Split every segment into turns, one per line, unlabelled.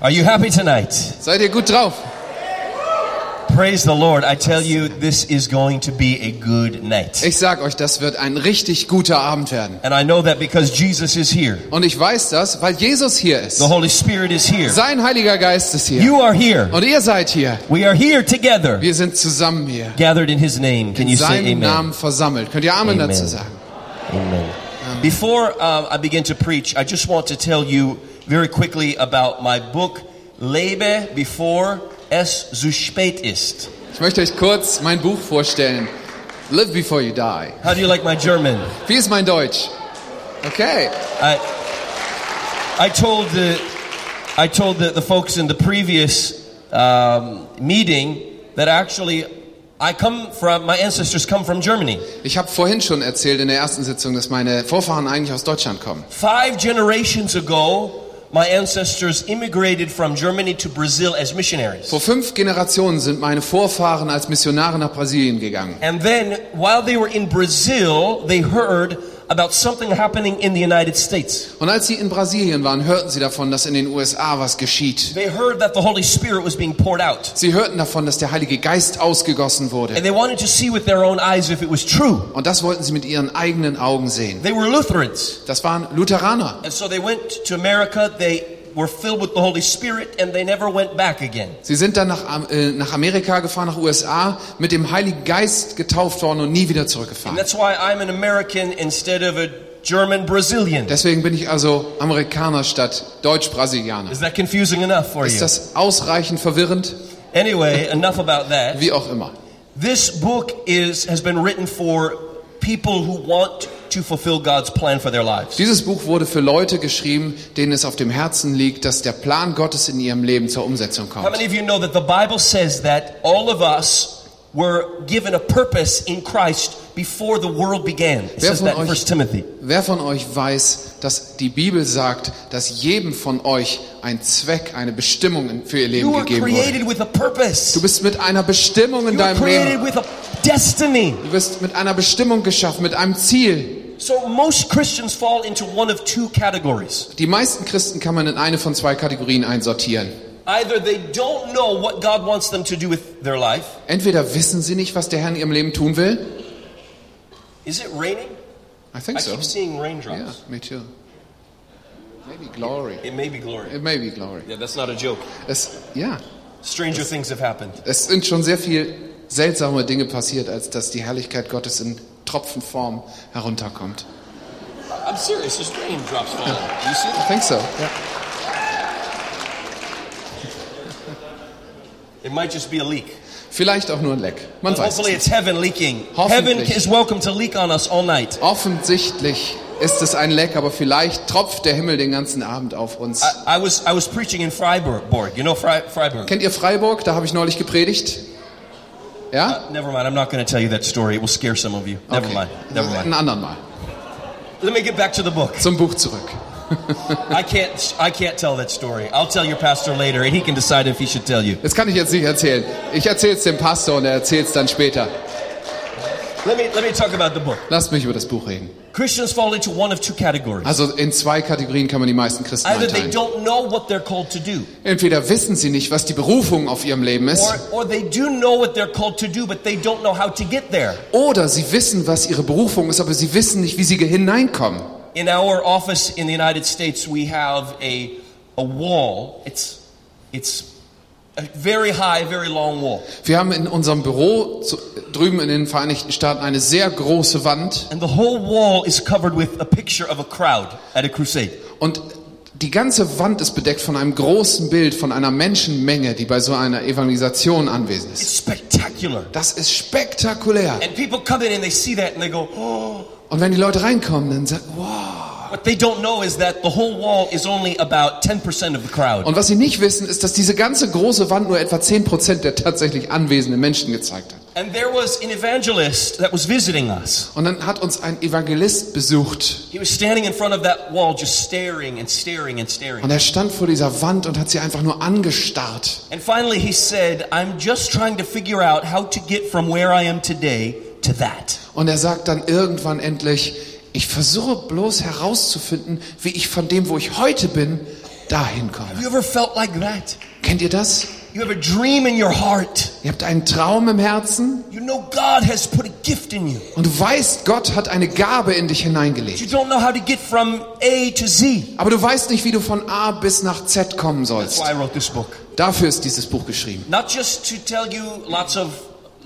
Are you happy tonight?
Seid ihr gut drauf?
Praise the Lord. I tell you, this is going to be a good night.
Ich sag euch, das wird ein richtig guter Abend werden.
And I know that because Jesus is here,
Und ich weiß das, weil Jesus hier ist.
the Holy Spirit is here.
Sein Heiliger Geist ist hier.
You are here.
Und ihr seid hier.
We are here together,
Wir sind zusammen hier.
gathered in His name. Can
In
you say
seinem
amen?
Namen versammelt. Könnt ihr Amen
Amen.
dazu sagen?
Amen. Before uh, I begin to preach, I just want to tell you very quickly about my book, Lebe bevor es zu spät ist.
Ich möchte euch kurz mein Buch vorstellen. Live Before You Die.
How do you like my German?
Wie ist mein Deutsch? Okay.
I, I told the, I told the, the folks in the previous um, meeting that actually I come from, my ancestors come from Germany.
Ich habe vorhin schon erzählt in der ersten Sitzung, dass meine Vorfahren eigentlich aus Deutschland kommen.
Five generations ago, my ancestors immigrated from Germany to Brazil as missionaries.
Vor fünf Generationen sind meine Vorfahren als Missionare nach Brasilien gegangen.
And then, while they were in Brazil, they heard about something happening in the United States.
Und als sie in Brasilien waren, hörten sie davon, dass in den USA was geschieht.
They heard that the Holy Spirit was being poured out.
Sie hörten davon, dass der Heilige Geist ausgegossen wurde.
And they wanted to see with their own eyes if it was true.
Und das wollten sie mit ihren eigenen Augen sehen.
They were Lutherans.
Das waren Lutheraner.
And so they went to America, they were filled with the Holy Spirit, and they never went back again.
Sie sind dann nach, Am- äh, nach Amerika gefahren, nach USA, mit dem Heiligen Geist getauft worden und nie wieder
And
zurückgefahren.
that's why I'm an American instead of a German Brazilian.
Deswegen bin ich also Amerikaner statt Deutsch-Brasilianer.
Is that confusing enough for
Ist
you?
das ausreichend verwirrend?
Anyway, enough about that.
Wie auch immer.
This book is has been written for people who want to fulfill God's plan for their lives.
Dieses Buch wurde für Leute geschrieben, denen es auf dem Herzen liegt, dass der Plan Gottes in ihrem Leben zur Umsetzung
How
kommt.
many of you know that the Bible says that all of us were given a purpose in Christ before the world began? It
Wer
says
von
that in
euch-
1 Timothy.
Wer von euch weiß, dass die Bibel sagt, dass jedem von euch ein Zweck, eine Bestimmung für ihr
You
Leben
were
gegeben wurde?
created with a purpose.
Du bist mit einer Bestimmung in
You were
deinem
created
Leben.
with a destiny.
Du bist mit einer Bestimmung geschaffen, mit einem Ziel.
So most Christians fall into one of two categories.
Die meisten Christen kann man in eine von zwei Kategorien einsortieren.
Either they don't know what God wants them to do with their life.
Entweder wissen sie nicht, was der Herr in ihrem Leben tun will.
Is it raining?
I think
I
so.
keep seeing
Yeah,
raindrops.
me too. Maybe glory.
It may be glory.
It may be glory.
Yeah, that's not a joke.
Es, ja,
Stranger things have happened.
es sind schon sehr viel seltsame Dinge passiert, als dass die Herrlichkeit Gottes in Tropfenform herunterkommt.
I'm serious. There's raindrops falling. Do you see
I
that?
think so.
It might just be a leak.
Vielleicht auch nur ein Leck. Man
But
weiß es
hopefully,
nicht.
it's heaven leaking. Heaven
Hoffentlich.
is welcome to leak on us all night.
Offensichtlich ist es ein Leck, aber vielleicht tropft der Himmel den ganzen Abend auf uns.
I, I was I was preaching in Freiburg. You know Fri- Freiburg.
Kennt ihr Freiburg? Da habe ich neulich gepredigt. Ja?
Never mind. I'm not going to tell you that story. It will scare some of you. Ah, Never
Okay.
mind. Never mind.
Ein andern Mal.
Let me get back to the book.
Zum Buch zurück.
I can't. I can't tell that story. I'll tell your pastor later, and he can decide if he should tell you.
Das kann ich jetzt nicht erzählen. Ich erzähle es dem Pastor und er erzählt es dann später.
Let me let me talk about the book.
Lasst mich über das Buch reden.
Christians fall into one of two categories.
Also in zwei Kategorien kann man die meisten Christen
Either Also, they
einteilen.
don't know what they're called to do,
Entweder wissen sie nicht, was die Berufung auf ihrem Leben
or
ist,
or they do know what they're called to do, but they don't know how to get there.
oder sie wissen, was ihre Berufung ist, aber sie wissen nicht, wie sie hineinkommen.
In our office in the United States, we have a a wall. It's it's a very high, very long wall,
Wir haben in unserem Büro zu, drüben in den Vereinigten Staaten eine sehr große Wand
and the whole wall is covered with a picture of a crowd at a crusade.
und die ganze Wand ist bedeckt von einem großen Bild von einer Menschenmenge, die bei so einer Evangelisation anwesend ist.
It's spectacular.
Das ist spektakulär.
And people come in and they see that and they go, oh.
Und wenn die Leute reinkommen, dann sagen, wow.
What they don't know is that the whole wall is only about 10% of the crowd.
Und was sie nicht wissen, ist, dass diese ganze große Wand nur etwa 10% der tatsächlich anwesenden Menschen gezeigt hat.
And there was an evangelist that was visiting us.
Und dann hat uns ein Evangelist besucht
He was standing in front of that wall just staring and staring and
Und
staring.
er stand vor dieser Wand und hat sie einfach nur angestarrt.
And finally he said, I'm just trying to figure out how to get from where I am today to that.
Und er sagt dann irgendwann endlich, ich versuche bloß herauszufinden, wie ich von dem, wo ich heute bin, dahin komme.
Have you ever felt like that?
Kennt ihr das?
You have a dream in your heart.
Ihr habt einen Traum im Herzen
You know God has put a gift in you.
und du weißt, Gott hat eine Gabe in dich hineingelegt.
You don't know how to get from A to Z.
Aber du weißt nicht, wie du von A bis nach Z kommen
That's
sollst.
why I wrote this book.
Dafür ist dieses Buch geschrieben.
Not just to tell you lots of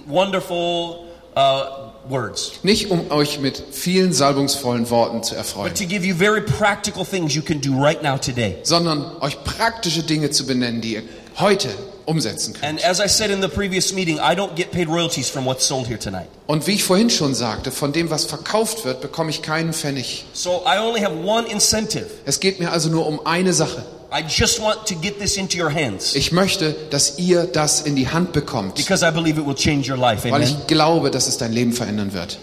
wonderful uh, words,
Nicht um euch mit vielen salbungsvollen Worten zu erfreuen,
but to give you very practical things you can do right now today.
sondern euch praktische Dinge zu benennen, die ihr heute umsetzen könnt.
And as I said in the previous meeting, I don't get paid royalties from what's sold here tonight.
Und wie ich vorhin schon sagte, von dem, was verkauft wird, bekomme ich keinen Pfennig.
So I only have one incentive.
Es geht mir also nur um eine Sache.
I just want to get this into your hands
Ich möchte, dass ihr das in die Hand bekommt,
because I believe it will change your life.
weil
Amen.
ich glaube, dass es dein Leben verändern wird.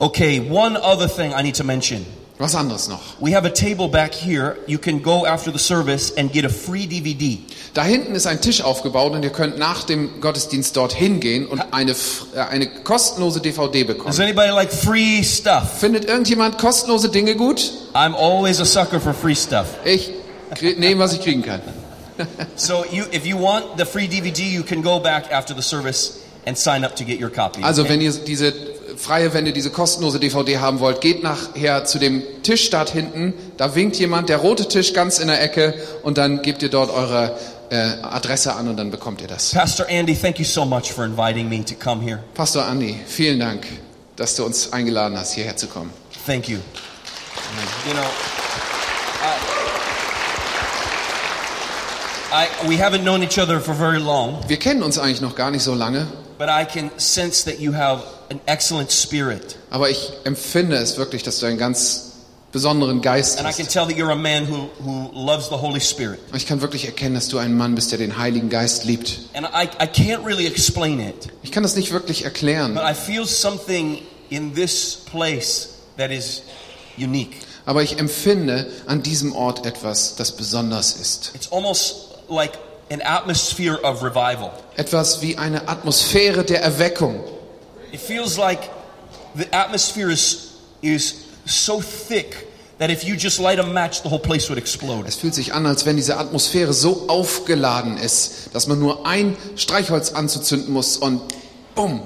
Okay, one other thing I need to mention.
Was anderes noch.
We have a table back here. You can go after the service and get a free DVD.
Da hinten ist ein Tisch aufgebaut und ihr könnt nach dem Gottesdienst dorthin gehen und eine, f- äh, eine kostenlose DVD
Does
bekommen.
anybody like free stuff?
Findet irgendjemand kostenlose Dinge gut?
I'm always a sucker for free stuff.
Ich krie- nehme, was ich kriegen kann.
So you, if you want the free DVD, you can go back after the service and sign up to get your copy.
Also wenn ihr diese freie, wenn ihr diese kostenlose DVD haben wollt, geht nachher zu dem Tisch dort hinten. Da winkt jemand, der rote Tisch ganz in der Ecke und dann gebt ihr dort eure äh, Adresse an und dann bekommt ihr das.
Pastor Andy, thank you so much for inviting me to come here.
Pastor Andi, vielen Dank, dass du uns eingeladen hast, hierher zu kommen.
Thank you. You know, I, I, we haven't known each other for very long,
Wir kennen uns eigentlich noch gar nicht so lange,
but I can sense that you have an excellent spirit.
aber ich empfinde es wirklich, dass du einen ganz besonderen Geist
And I can
hast.
tell that you're a man who, who loves the Holy Spirit.
Und Ich kann wirklich erkennen, dass du ein Mann bist, der den Heiligen Geist liebt.
And I, I can't really explain it,
Ich kann das nicht wirklich erklären,
but I feel something in this place that is unique.
aber ich empfinde an diesem Ort etwas, das besonders ist.
It's almost like an atmosphere of revival.
Etwas wie eine Atmosphäre der Erweckung.
It feels like the atmosphere is, is so thick that if you just light a match, the whole place would explode.
Es fühlt sich an, als wenn diese Atmosphäre so aufgeladen ist, dass man nur ein Streichholz anzuzünden muss und bumm,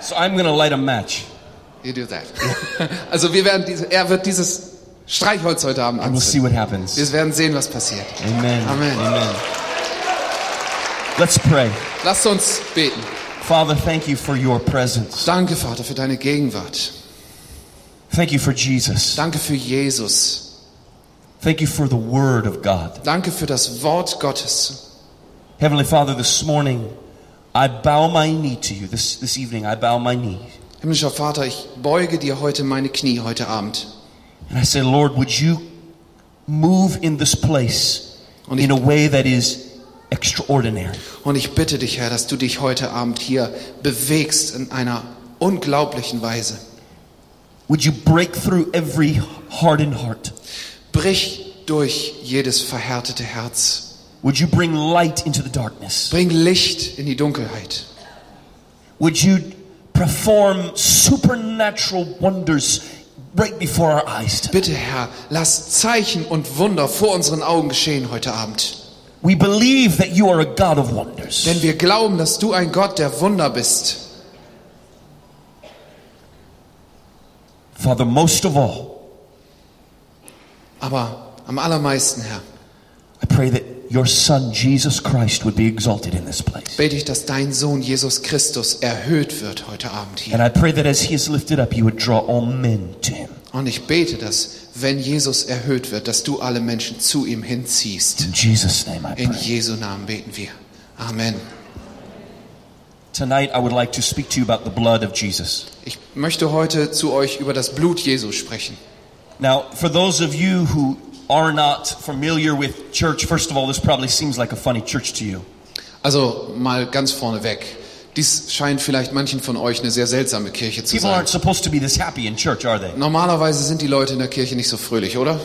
So I'm going to light a match.
you do that. Also wir werden diese, er wird dieses Streichholz heute Abend
We'll see
anzünden.
what happens.
Wir werden sehen, was passiert.
Amen.
Amen.
Amen. Let's pray.
Lasst uns beten.
Father, thank you for your presence.
Danke, Vater, für deine Gegenwart.
Thank you for Jesus.
Danke für Jesus.
Thank you for the Word of God.
Danke für das Wort Gottes.
Heavenly Father, this morning I bow my knee to you. This, this evening I bow my knee.
Himmlischer Vater, ich beuge dir heute meine Knie heute Abend.
And I say, Lord, would you move in this place in a way that is extraordinary?
Und ich bitte dich, Herr, dass du dich heute Abend hier bewegst in einer unglaublichen Weise.
Would you break through every hardened heart?
Brich durch jedes verhärtete Herz.
Would you bring light into the darkness?
Bring Licht in die Dunkelheit.
Would you perform supernatural wonders right before our eyes? tonight?
Bitte, Herr, lass Zeichen und Wunder vor unseren Augen geschehen heute Abend.
We believe that you are a God of wonders.
Denn wir glauben, dass du ein Gott der Wunder bist.
Father, most of all,
Aber am allermeisten, Herr,
I pray that your Son, Jesus Christ, would be exalted in this place.
bete ich, dass dein Sohn Jesus Christus erhöht wird heute Abend hier.
And I pray that as he is lifted up, you would draw all men to him.
Und ich bete, dass, wenn Jesus erhöht wird, dass du alle Menschen zu ihm hinziehst.
In Jesus' name I
In
pray.
Jesu Namen beten wir. Amen.
Tonight, I would like to speak to you about the blood of Jesus.
Ich möchte heute zu euch über das Blut Jesu sprechen.
Now, for those of you who are not familiar with church, first of all, this probably seems like a funny church to you.
Also mal ganz vorne weg. Dies scheint vielleicht manchen von euch eine sehr seltsame Kirche zu
People
sein.
aren't supposed to be this happy in church, are they?
Normalerweise sind die Leute in der Kirche nicht so fröhlich, oder?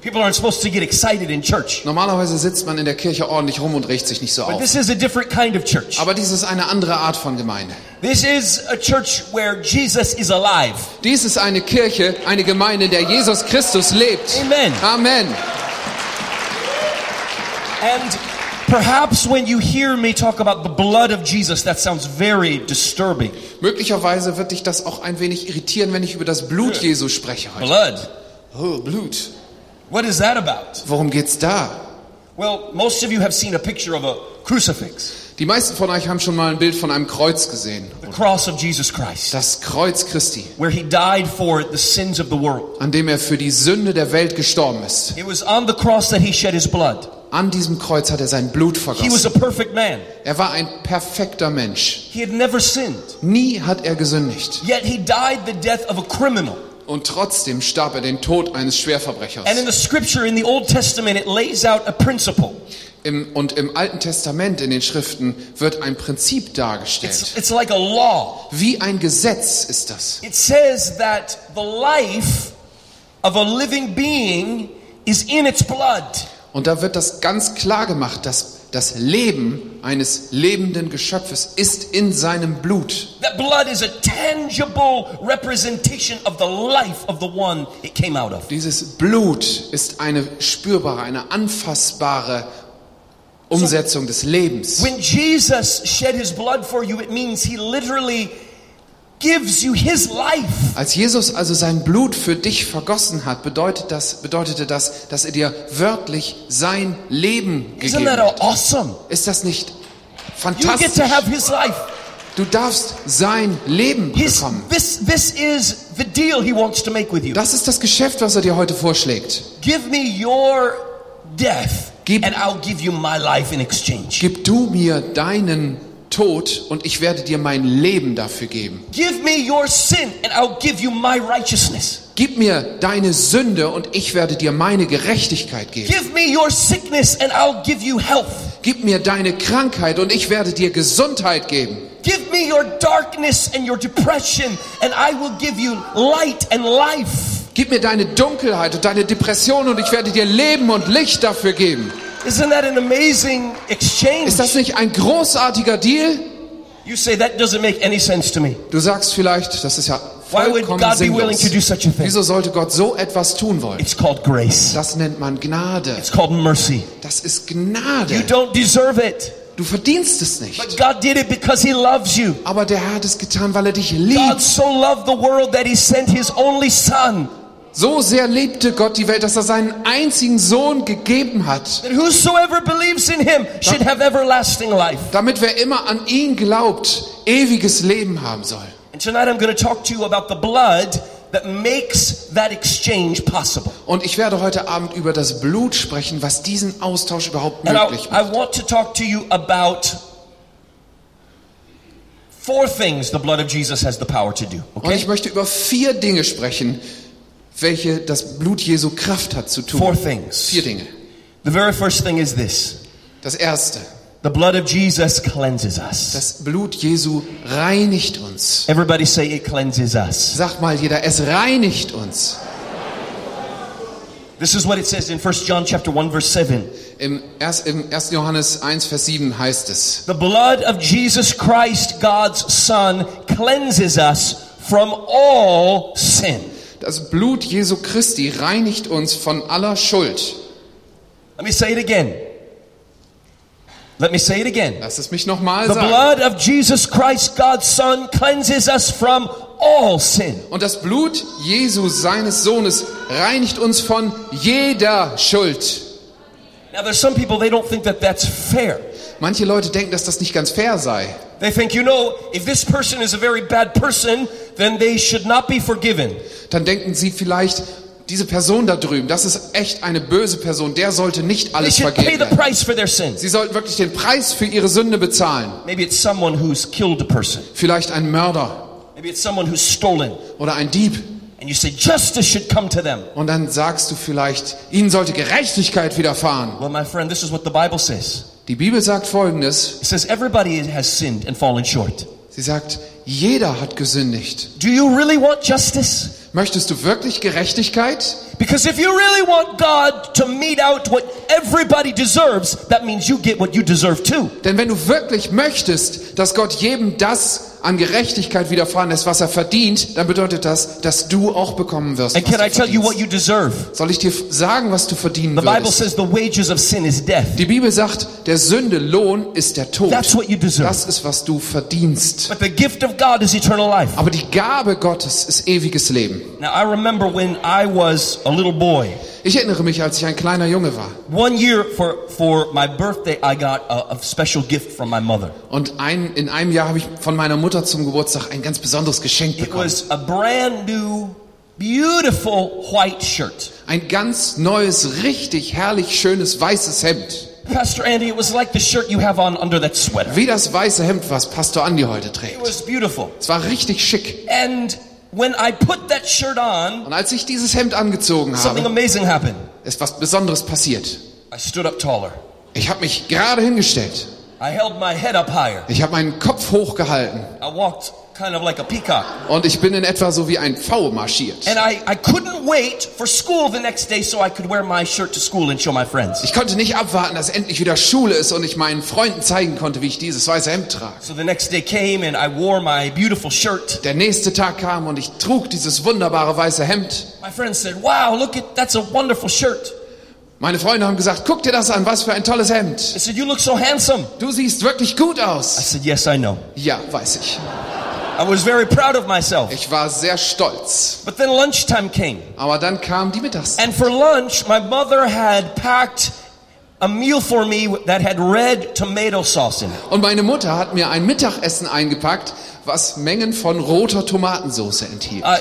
People aren't supposed to get excited in church.
Normalerweise sitzt man in der Kirche ordentlich rum und regt sich nicht so
But
auf.
this is a different kind of church.
Aber dies ist eine andere Art von Gemeinde.
This is a church where Jesus is alive.
Dies ist eine Kirche, eine Gemeinde, in der Jesus Christus lebt.
Amen.
Amen.
And perhaps when you hear me talk about the blood of Jesus, that sounds very disturbing.
Möglicherweise wird dich das auch ein wenig irritieren, wenn ich über das Blut Jesu spreche heute.
Blood?
Oh, Blut.
What is that about?
Worum geht's da?
Well, most of you have seen a picture of a crucifix,
Die meisten von euch haben schon mal ein Bild von einem Kreuz gesehen.
the cross of Jesus Christ,
Das Kreuz Christi,
where he died for the sins of the world.
an dem er für die Sünde der Welt gestorben ist.
It was on the cross that he shed his blood.
An diesem Kreuz hat er sein Blut
He was
vergossen.
a perfect man.
Er war ein perfekter Mensch.
He had never sinned.
Nie hat er gesündigt.
Yet he died the death of a criminal.
Und trotzdem starb er den Tod eines Schwerverbrechers.
And in the scripture, in the Old Testament, it lays out a principle.
Im, und im Alten Testament in den Schriften wird ein Prinzip dargestellt.
It's, it's like a law.
Wie ein Gesetz ist das.
It says that the life of a living being is in its blood.
Und da wird das ganz klar gemacht, dass das Leben eines lebenden Geschöpfes ist in seinem Blut.
That blood is a tangible representation of the life of the one it came out of.
Dieses Blut ist eine spürbare, eine anfassbare Umsetzung des Lebens.
When Jesus shed his blood for you, it means he literally gives you his life.
Als Jesus also sein Blut für dich vergossen hat, bedeutet das, bedeutete das, dass er dir wörtlich sein Leben
Isn't
gegeben
that
hat.
awesome?
Ist das nicht
You get
fantastisch?
to have his life.
Du darfst sein Leben
His,
bekommen.
this, this is the deal he wants to make with you.
Das ist das Geschäft, was er dir heute vorschlägt.
Give me your death,
Gib-
and I'll give you my life in exchange.
Gib du mir deinen Tod und ich werde dir mein Leben dafür geben.
Give me your sin, and I'll give you my righteousness.
Gib mir deine Sünde und ich werde dir meine Gerechtigkeit geben.
Give me your sickness, and I'll give you health.
Gib mir deine Krankheit und ich werde dir Gesundheit geben.
Give me your darkness and your depression, and I will give you light and life.
Gib mir deine Dunkelheit und deine Depression und ich werde dir Leben und Licht dafür geben.
Isn't that an amazing exchange?
Ist das nicht ein großartiger Deal?
You say that doesn't make any sense to me.
Du sagst vielleicht, das ist ja
Why would
vollkommen
God be willing
sinnlos.
to do such a thing?
Wieso sollte Gott so etwas tun wollen?
It's called grace.
Das nennt man Gnade.
It's called mercy.
Das ist
You
Gnade.
don't deserve it,
Du verdienst es
but
nicht.
God did it because He loves you.
Aber der Herr hat es getan, weil er dich
God
liebt.
so loved the world that he sent his only son,
So sehr liebte Gott die Welt, dass er seinen einzigen Sohn gegeben hat,
that whosoever believes in him should have everlasting life.
damit wer immer an ihn glaubt, ewiges Leben haben soll.
And tonight I'm going to talk to you about the blood that makes that exchange possible.
Und ich werde heute Abend über das Blut sprechen, was diesen Austausch überhaupt
And I,
möglich
I
macht.
want to talk to you about four things the blood of Jesus has the power to do.
Und
Okay?
ich möchte über vier Dinge sprechen, welche das Blut Jesu Kraft hat zu
Four
tun.
things.
Vier Dinge.
The very first thing is this
Das erste,
the blood of Jesus cleanses us.
das Blut Jesu reinigt uns.
Everybody say it cleanses us.
Sag mal jeder, es reinigt uns.
This is what it says in 1 John chapter 1 verse 7.
Im, erst, Im 1. Johannes 1, Vers 7 heißt es,
The blood of Jesus Christ, God's Son, cleanses us from all sin.
das Blut Jesu Christi reinigt uns von aller Schuld.
Let me say it again. Let me say it again.
Lass es mich nochmal
The
sagen.
blood of Jesus Christ, God's Son, cleanses us from all sin.
Und das Blut Jesu, seines Sohnes, reinigt uns von jeder Schuld.
Now, there's some people, they don't think that that's fair.
Manche Leute denken, dass das nicht ganz fair sei.
They think, you know, if this person is a very bad person, then they should not be forgiven.
Dann denken sie vielleicht, diese Person da drüben, das ist echt eine böse Person, der sollte nicht
They
alles
should pay
vergeben
the
werden.
price for their sins.
Sie sollten wirklich den Preis für ihre Sünde bezahlen.
Maybe it's someone who's killed a person.
Vielleicht ein Mörder
Maybe it's someone who's stolen.
oder ein Dieb.
And you say, justice should come to them.
Und dann sagst du vielleicht, ihnen sollte Gerechtigkeit widerfahren.
Well, my friend, this is what the Bible says.
Die Bibel sagt folgendes.
It says everybody has sinned and fallen short.
Sie sagt, jeder hat gesündigt.
Do you really want justice?
Möchtest du wirklich Gerechtigkeit?
Because if you really want God to mete out what everybody deserves, that means you get what you deserve too.
Denn wenn du wirklich möchtest, dass Gott jedem das an Gerechtigkeit widerfahren ist, was er verdient, dann bedeutet das, dass du auch bekommen wirst.
And
was
can
du
I tell you
verdienst.
what you deserve?
Soll ich dir f- sagen, was du verdienen
The Bible
würdest?
says the wages of sin is death.
Die Bibel sagt, der Sünde Lohn ist der Tod.
That's what you deserve.
Das ist, was du verdienst.
But the gift of God is eternal life.
Aber die Gabe Gottes ist ewiges Leben.
Now, I remember when I was a little boy.
Ich erinnere mich, als ich ein kleiner Junge war.
One year for, for my birthday, I got a, a special gift from my mother.
Und ein, in einem Jahr habe ich von meiner Mutter zum Geburtstag ein ganz besonderes Geschenk
It
bekommen.
was a brand new, beautiful white shirt.
Ein ganz neues, richtig herrlich schönes weißes Hemd.
Pastor Andy, it was like the shirt you have on under that sweater.
Wie das weiße Hemd, was Pastor Andi heute
It
trägt.
was beautiful.
Es war richtig schick.
And when I put that shirt on,
Und als ich dieses Hemd angezogen
something
habe,
amazing happened.
ist was Besonderes passiert.
I stood up taller.
Ich habe mich gerade hingestellt.
I held my head up higher.
Ich habe meinen Kopf hochgehalten.
I walked kind of like a peacock.
Und ich bin in etwa so wie ein V marschiert.
And I, I couldn't wait for school the next day so I could wear my shirt to school and show my friends.
Ich konnte nicht abwarten, dass endlich wieder Schule ist und ich meinen Freunden zeigen konnte, wie ich dieses weiße Hemd trage.
So the next day came and I wore my beautiful shirt.
Der nächste Tag kam und ich trug dieses wunderbare weiße Hemd.
My friends said, Wow, look at that's a wonderful shirt.
Meine Freunde haben gesagt, guck dir das an, was für ein tolles Hemd.
They said, You look so handsome.
Du siehst wirklich gut
I
aus.
said, Yes, I know.
Ja, weiß ich.
I was very proud of myself.
Ich war sehr stolz.
But then lunchtime came.
Aber dann kam die Mittagszeit.
And for lunch, my mother had packed a meal for me that had red tomato sauce in it.
Und meine Mutter hat mir ein Mittagessen eingepackt, was Mengen von roter Tomatensoße enthielt.
I,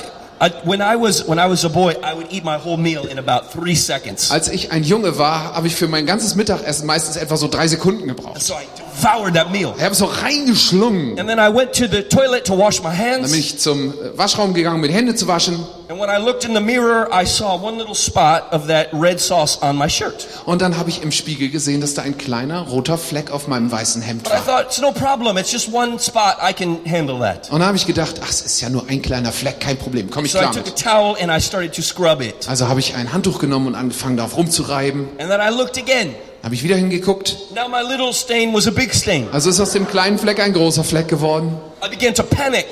I, when I was when I was a boy, I would eat my whole meal in about three seconds.
Als ich ein Junge war, habe ich für mein ganzes Mittagessen meistens etwa so drei Sekunden gebraucht.
So I devoured that meal.
Ich habe so reingeschlungen.
And then I went to the toilet to wash my
Dann bin
hands.
ich zum äh, Waschraum gegangen, mir die Hände zu waschen.
And when I looked in the mirror, I saw one little spot of that red sauce on my shirt.
Und dann habe ich im Spiegel gesehen, dass da ein kleiner roter Fleck auf meinem weißen Hemd
But I
war.
thought, it's no problem. It's just one spot. I can handle that.
Und da habe ich gedacht, ach, es ist ja nur ein kleiner Fleck, kein Problem, komme ich
So I
klar
took a
mit.
towel and I started to scrub it.
Also habe ich ein Handtuch genommen und angefangen, darauf rumzureiben.
And then I looked again.
Dann Habe ich wieder hingeguckt.
Now my little stain was a big stain.
Also ist aus dem kleinen Fleck ein großer Fleck geworden.
I began to panic.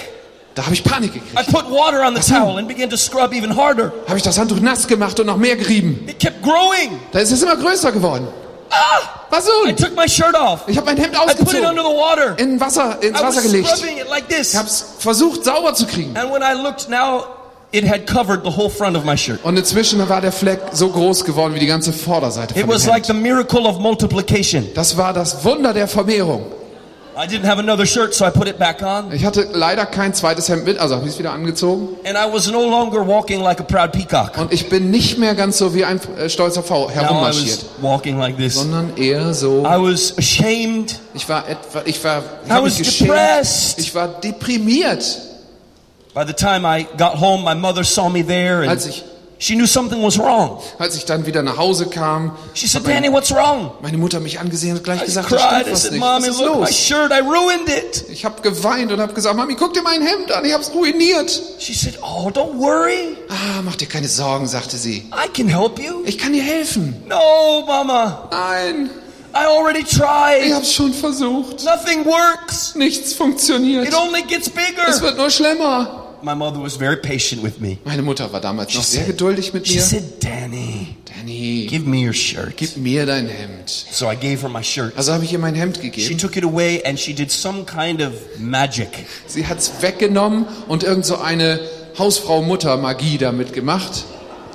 Da habe ich Panik
I
gekriegt.
put water on the towel and began to scrub even harder.
Habe ich das Handtuch nass gemacht und noch mehr gerieben.
It kept growing.
Da ist es immer größer geworden.
Ah!
Was
I
nun?
took my shirt off.
Ich habe mein Hemd
I put it under
ausgezogen.
the water.
In Wasser, ins
I was
Wasser gelegt.
scrubbing it like
Ich
this.
habe es versucht, sauber zu kriegen.
And when I looked now, it had covered the whole front of my shirt.
Und inzwischen war der Fleck so groß geworden wie die ganze Vorderseite
It
von dem
was like the
Hemd.
miracle of multiplication.
Das war das Wunder der Vermehrung.
I didn't have another shirt, so I put it back on.
Ich hatte leider kein zweites Hemd mit, also habe ich es wieder angezogen.
And I was no longer walking like a proud peacock.
Und ich bin nicht mehr ganz so wie ein äh, stolzer V
Now I
herummarschiert,
was walking like this.
sondern eher so.
I was ashamed.
Ich war etwa, ich war, ich
I
hab
was
mich geschämt.
depressed.
Ich war deprimiert.
By the time I got home, my mother saw me there
Als
and
ich,
she knew something was wrong.
als ich dann wieder nach Hause kam,
She said, Danny, what's wrong?
meine Mutter mich angesehen und gleich
I
gesagt, da
cried.
stimmt
I
was
said,
nicht. Was
Mommy,
ist
look, my
los?
shirt, I ruined it.
Ich habe geweint und habe gesagt, Mami, guck dir mein Hemd an, ich habe es ruiniert.
She said, Oh, don't worry.
Ah, mach dir keine Sorgen, sagte sie.
I can help you.
Ich kann dir helfen.
No, Mama.
Nein,
I already
ich
tried.
hab's schon versucht.
Nothing works.
Nichts funktioniert.
It only gets
Es
bigger.
wird nur schlimmer.
My mother was very patient with me.
Meine Mutter war damals noch
She
sehr
said-
geduldig mit
She
mir.
said, Danny,
Danny,
give me your shirt.
gib mir dein Hemd.
So I gave her my shirt.
Also habe ich ihr mein Hemd
She
gegeben.
took it away and she did some kind of magic.
Sie hat's weggenommen und irgend so eine Hausfrau-Mutter-Magie damit gemacht.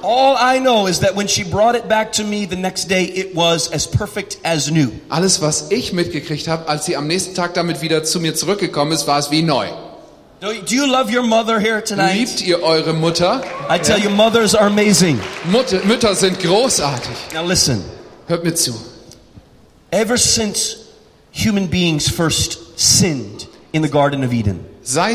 All I know is that when she brought it back to me the next day, it was as perfect as new.
Alles, was ich mitgekriegt habe, als sie am nächsten Tag damit wieder zu mir zurückgekommen ist, war es wie neu.
Do do you love your mother here tonight?
Liebt ihr eure Mutter?
I tell you, mothers are amazing.
Mutter? Mütter sind großartig.
Now listen,
Hört mir zu.
ever since human beings first sinned in the Garden of Eden,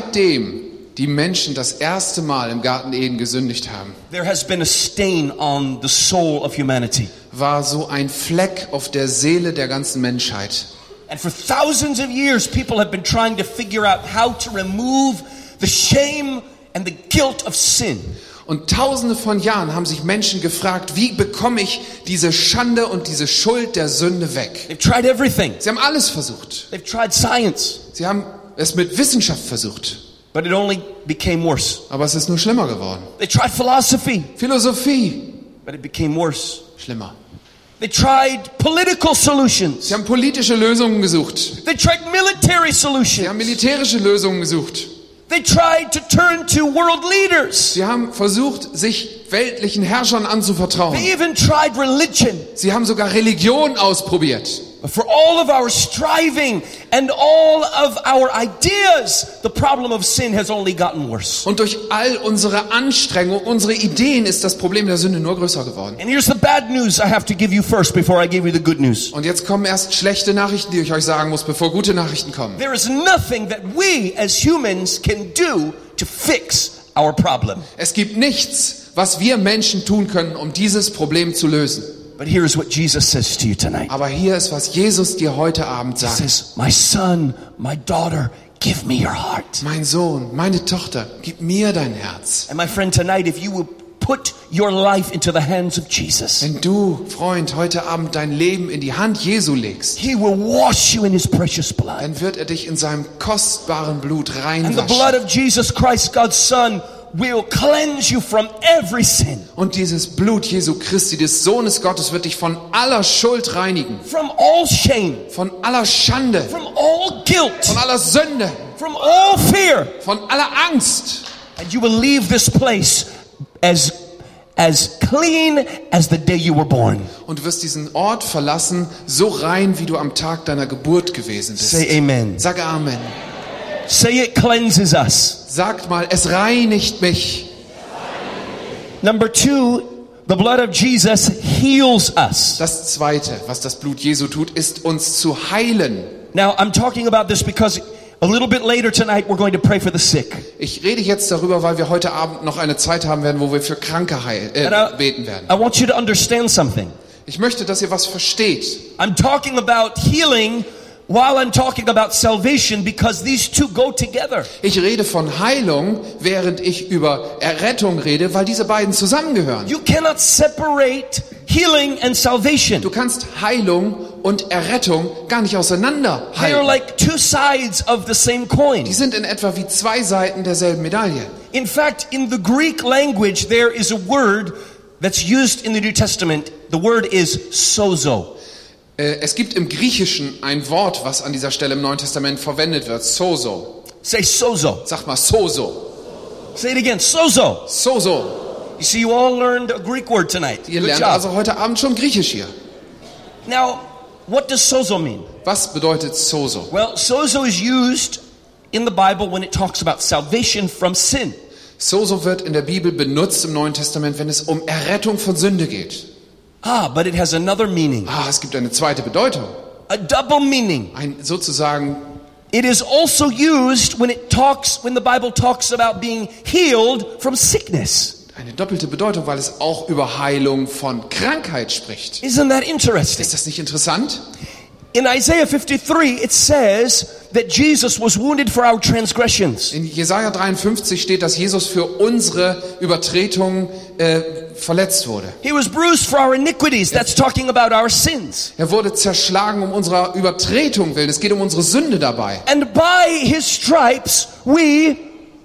Seitdem die Menschen das erste Mal im Garten Eden gesündigt haben,
there has been a stain on the soul of humanity.
war so ein Fleck auf der Seele der ganzen Menschheit.
And for thousands of years, people have been trying to figure out how to remove the shame and the guilt of sin.
Und tausende von Jahren haben sich Menschen gefragt, wie bekomme ich diese Schande und diese Schuld der Sünde weg?
They've tried everything.
Sie haben alles versucht.
They've tried science.
Sie haben es mit Wissenschaft versucht.
but it only became worse.
Aber es ist nur schlimmer geworden.
They tried philosophy,
Philosophie,
but it became worse.
schlimmer.
They tried political solutions.
Sie haben politische Lösungen gesucht.
They tried military
Sie haben
solutions.
militärische Lösungen gesucht.
They tried to turn to world leaders.
Sie haben versucht, sich weltlichen Herrschern anzuvertrauen.
They even tried religion.
Sie haben sogar Religion ausprobiert.
But for all of our striving and all of our ideas, the problem of sin has only gotten worse.
Und durch all unsere Anstrengung, unsere Ideen ist das Problem der Sünde nur größer geworden.
And here's the bad news I have to give you first before I give you the good news.
Und jetzt kommen erst schlechte Nachrichten, die ich euch sagen muss, bevor gute Nachrichten kommen.
There is nothing that we as humans can do to fix our problem.
Es gibt nichts, was wir Menschen tun können, um dieses Problem zu lösen.
But here's what Jesus says to you tonight.
Aber hier ist, was Jesus dir heute Abend
He
sagt.
says, My son, my daughter, give me your heart.
Mein Sohn, meine Tochter, gib mir dein Herz.
And my friend, tonight, if you will put your life into the hands of Jesus,
Wenn du, Freund, heute Abend dein Leben in die Hand Jesu legst,
He will wash you in His precious blood.
dann wird er dich in seinem kostbaren Blut
And the blood
reinwaschen.
of Jesus Christ, God's Son, will cleanse you from every sin,
Und dieses Blut Jesu Christi, des Sohnes Gottes, wird dich von aller Schuld reinigen.
from all shame,
Von aller Schande,
from all guilt,
von aller Sünde,
from all fear.
von aller Angst.
And you will leave this place as as clean as the day you were born.
Und du wirst diesen Ort verlassen, so rein, wie du am Tag deiner Geburt gewesen
Say
bist.
amen.
Sag Amen.
Say it cleanses us.
Sagt mal, es reinigt mich.
Number two, the blood of Jesus heals us.
Das Zweite, was das Blut Jesu tut, ist uns zu heilen.
Now, I'm talking about this because a little bit later tonight we're going to pray for the sick.
Ich rede jetzt darüber, weil wir heute Abend noch eine Zeit haben werden, wo wir für Kranke heil,
And
äh, beten
I,
werden.
I want you to understand something.
Ich möchte, dass ihr was versteht.
I'm talking about healing while I'm talking about salvation because these two go together.
Ich rede von Heilung, während ich über Errettung rede, weil diese beiden zusammengehören.
You cannot separate healing and salvation.
Du kannst Heilung und Errettung gar nicht auseinander
They are
halten.
like two sides of the same coin.
Die sind in etwa wie zwei Seiten derselben Medaille.
In fact, in the Greek language, there is a word that's used in the New Testament. The word is sozo.
Äh, Es gibt im Griechischen ein Wort, was an dieser Stelle im Neuen Testament verwendet wird. Sozo.
Say sozo.
Sag mal Sozo.
Say it again. Sozo.
Sozo.
You see, you all learned a Greek word tonight.
Ihr
Good
lernt
job.
also heute Abend schon Griechisch hier.
Now, what does sozo mean?
Was bedeutet Sozo?
Well, sozo is used in the Bible when it talks about salvation from sin.
Sozo wird in der Bibel benutzt im Neuen Testament, wenn es um Errettung von Sünde geht.
Ah, but it has another meaning,
Ah, es gibt eine zweite Bedeutung.
a double meaning.
Ein sozusagen,
It is also used when it talks when the Bible talks about being healed from sickness.
eine doppelte Bedeutung, weil es auch über Heilung von Krankheit spricht.
Isn't that interesting?
Ist das nicht interessant?
In Isaiah 53, it says that Jesus was wounded for our transgressions.
In Jesaja 53 steht, dass Jesus für unsere Übertretungen äh, verletzt wurde.
He was bruised for our iniquities. That's talking about our sins.
Er wurde zerschlagen um unserer Übertretung willen. Es geht um unsere Sünde dabei.
And by his stripes, we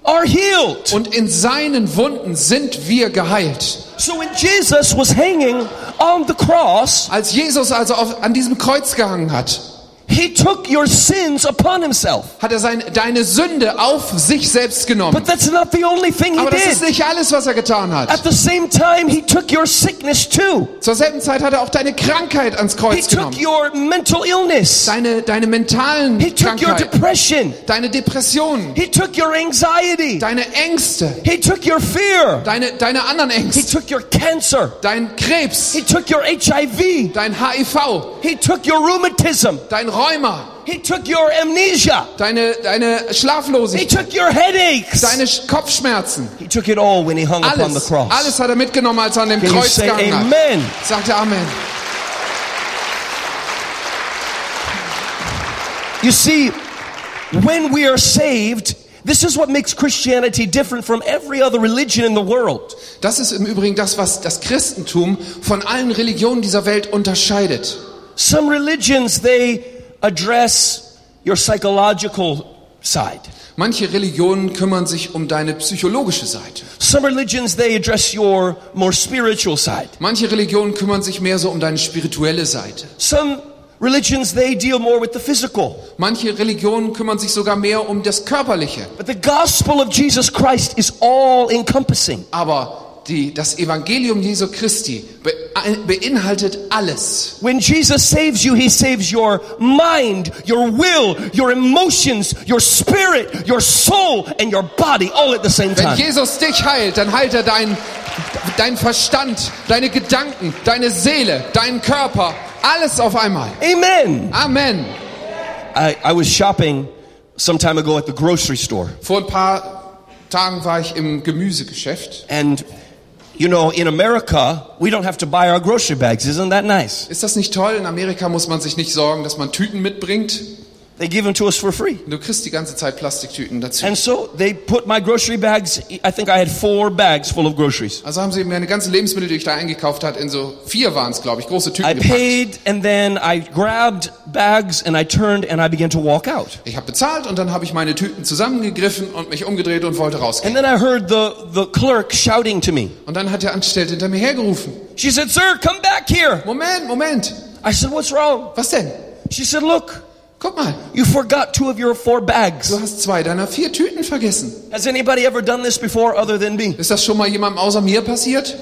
are healed.
Und in seinen Wunden sind wir geheilt.
So when Jesus was hanging on the cross,
Als Jesus also auf, an diesem Kreuz gehangen hat,
he took your sins upon himself.
hat er sein, deine Sünde auf sich selbst
But
genommen.
that's not the only thing he
Aber das ist
did.
nicht alles, was er getan
At
hat.
the same time, he took your sickness too.
Zur selben Zeit hat er auch deine Krankheit ans
He
Kreuz
took
genommen.
your mental illness.
Deine, deine mentalen
He took your
Krankheiten,
depression.
deine Depressionen,
He took your anxiety.
deine Ängste,
He took your fear.
deine, deine anderen
He
Ängste,
took your cancer.
dein Krebs,
He took your HIV.
dein HIV,
He took your rheumatism.
dein Rheuma,
He took your amnesia.
deine, deine
He
Schlaflosigkeit,
took your headaches.
deine Sch- Kopfschmerzen.
He took it all when he hung upon the
Alles,
cross.
alles hat er mitgenommen, als er an dem
Can you
Kreuz
say
gegangen hat.
amen?
Sagt er Amen.
You see, when we are saved, this is what makes Christianity different from every other religion in the world.
Das ist im Übrigen das, was das Christentum von allen Religionen dieser Welt unterscheidet.
Some religions, they address your psychological side.
Manche Religionen kümmern sich um deine psychologische Seite.
Some religions, they address your more spiritual side.
Manche Religionen kümmern sich mehr so um deine spirituelle Seite.
Some religions, they deal more with the physical.
Manche Religionen kümmern sich sogar mehr um das Körperliche.
But the gospel of Jesus Christ is all encompassing.
Aber die, das Evangelium Jesu Christi be, äh, beinhaltet alles.
When Jesus saves you, he saves your mind, your will, your emotions, your spirit, your soul, and your body all at the same
Wenn
time.
Jesus dich heilt, dann heilt er deinen dein Verstand, deine Gedanken, deine Seele, deinen Körper, alles auf einmal.
Amen.
Amen.
I, I was shopping some time ago at the grocery store.
Vor ein paar Tagen war ich im Gemüsegeschäft.
And, you know, in America, we don't have to buy our grocery bags. Isn't that nice?
Ist das nicht toll? In Amerika muss man sich nicht sorgen, dass man Tüten mitbringt.
They give them to us for free.
Du kriegst die ganze Zeit Plastiktüten dazu.
And so they put my grocery bags, I think I had four bags full of groceries.
Also haben sie mir eine ganze Lebensmittel, die ich da eingekauft hat, in so vier waren es, glaube ich, große
I
Tüten gepackt.
paid and then I grabbed bags and I turned and I began to walk out.
Ich habe bezahlt und dann habe ich meine Tüten zusammengegriffen und mich umgedreht und wollte
And
rausgehen.
then I heard the, the clerk shouting to me.
Und dann hat der Angestellte hinter mir hergerufen.
She said, Sir, come back here.
Moment, Moment,
I said, What's wrong?
was denn?
She said, Look,
Guck mal,
you forgot two of your four bags.
du hast zwei deiner vier Tüten vergessen.
Has anybody ever done this before other than me?
Ist das schon mal jemandem außer mir passiert?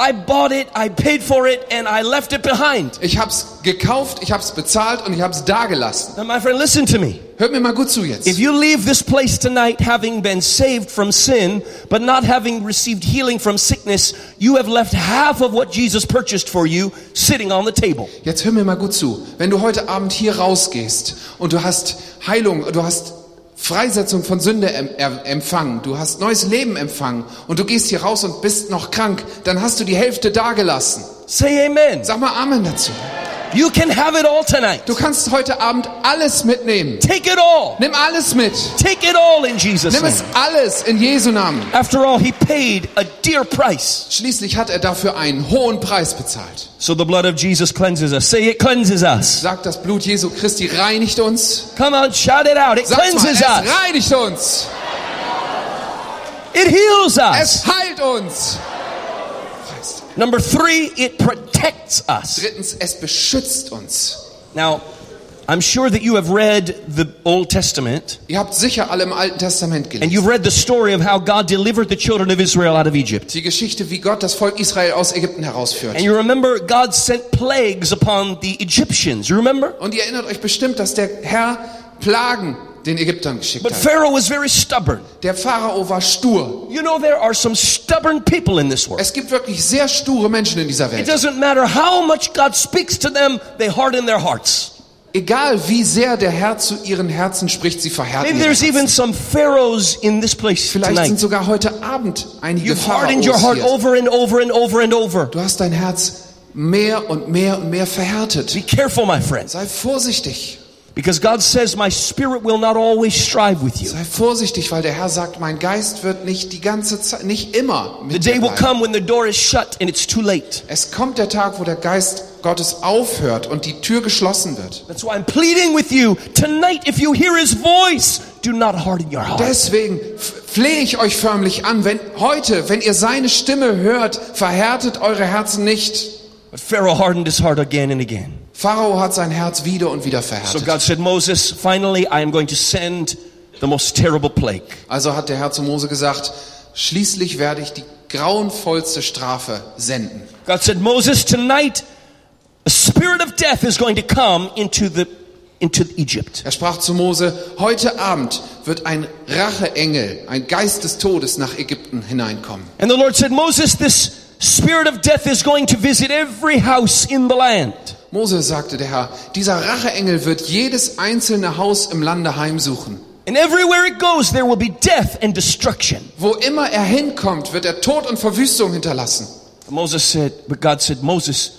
I bought it, I paid for it, and I left it behind.
Ich hab's gekauft, ich hab's bezahlt und ich hab's dagelassen.
Now, my friend, listen to me.
Hört mir mal gut zu jetzt.
If you leave this place tonight having been saved from sin, but not having received healing from sickness, you have left half of what Jesus purchased for you sitting on the table.
Jetzt hör mir mal gut zu. Wenn du heute Abend hier rausgehst und du hast Heilung, du hast Freisetzung von Sünde em- er- empfangen, du hast neues Leben empfangen und du gehst hier raus und bist noch krank, dann hast du die Hälfte dagelassen.
Say amen.
Sag mal Amen dazu.
You can have it all tonight.
Du kannst heute Abend alles mitnehmen.
Take it all.
Nimm alles mit.
Take it all in Jesus'
Nimm es
name.
alles in Jesu Namen.
After all, he paid a dear price.
Schließlich hat er dafür einen hohen Preis bezahlt.
So the blood of Jesus cleanses us. Say it cleanses us.
Sagt das Blut Jesu Christi reinigt uns.
Come on, shout it out. It
Sagt mal,
cleanses
es
us.
reinigt uns.
It heals us.
Es heilt uns.
Number three, it protects us.
Drittens, es beschützt uns.
Now, I'm sure that you have read the Old Testament
Ihr habt sicher alle im Alten Testament
and
gelesen.
you've read the story of how God delivered the children of Israel out of Egypt.
Die Geschichte, wie Gott das Volk Israel aus Ägypten herausführt.
And you remember God sent plagues upon the Egyptians. You remember?
Und ihr erinnert euch bestimmt, dass der Herr Plagen den Ägyptern geschickt
But
hat.
Pharaoh was very stubborn.
Der Pharao war stur.
You know, there are some stubborn people in this world.
Es gibt wirklich sehr sture Menschen in dieser
It
Welt.
doesn't matter how much God speaks to them, they harden their hearts.
Egal wie sehr der Herr zu ihren Herzen spricht, sie verhärten
Maybe
ihre
there's even some
Herzen.
pharaohs in this place
Vielleicht sind
tonight.
sogar heute Abend einige
You've hardened your heart
Pharaos hier.
over and over and over and over.
Du hast dein Herz mehr und mehr und mehr verhärtet.
Be careful, my friends,
Sei vorsichtig.
because God says, My spirit will not always strive with you.
Sei vorsichtig, weil der Herr sagt, mein Geist wird nicht die ganze Zeit, nicht immer
The
mit
day
dir
will
bleiben.
come when the door is shut and it's too late.
Es kommt der Tag, wo der Geist Gottes aufhört und die Tür geschlossen wird.
That's why I'm pleading with you tonight. If you hear his voice, do not harden your heart.
Deswegen f- flehe ich euch förmlich an, wenn heute, wenn ihr seine Stimme hört, verhärtet eure Herzen nicht.
But Pharaoh hardened his heart again and again.
Pharao hat sein Herz wieder und wieder
So
verhärtet.
God said, Moses, finally, I am going to send the most terrible plague.
Also hat der Herr zu Mose gesagt, schließlich werde ich die grauenvollste Strafe senden.
God said, Moses, tonight, a spirit of death is going to come into the into Egypt.
Er sprach zu Mose, heute Abend wird ein Racheengel, ein Geist des Todes nach Ägypten hineinkommen.
And the Lord said, Moses, this spirit of death is going to visit every house in the land.
Mose sagte der Herr, dieser Racheengel wird jedes einzelne Haus im Lande heimsuchen.
And everywhere it goes, there will be death and destruction.
Wo immer er hinkommt, wird er Tod und Verwüstung hinterlassen.
Moses said, but God said, Moses,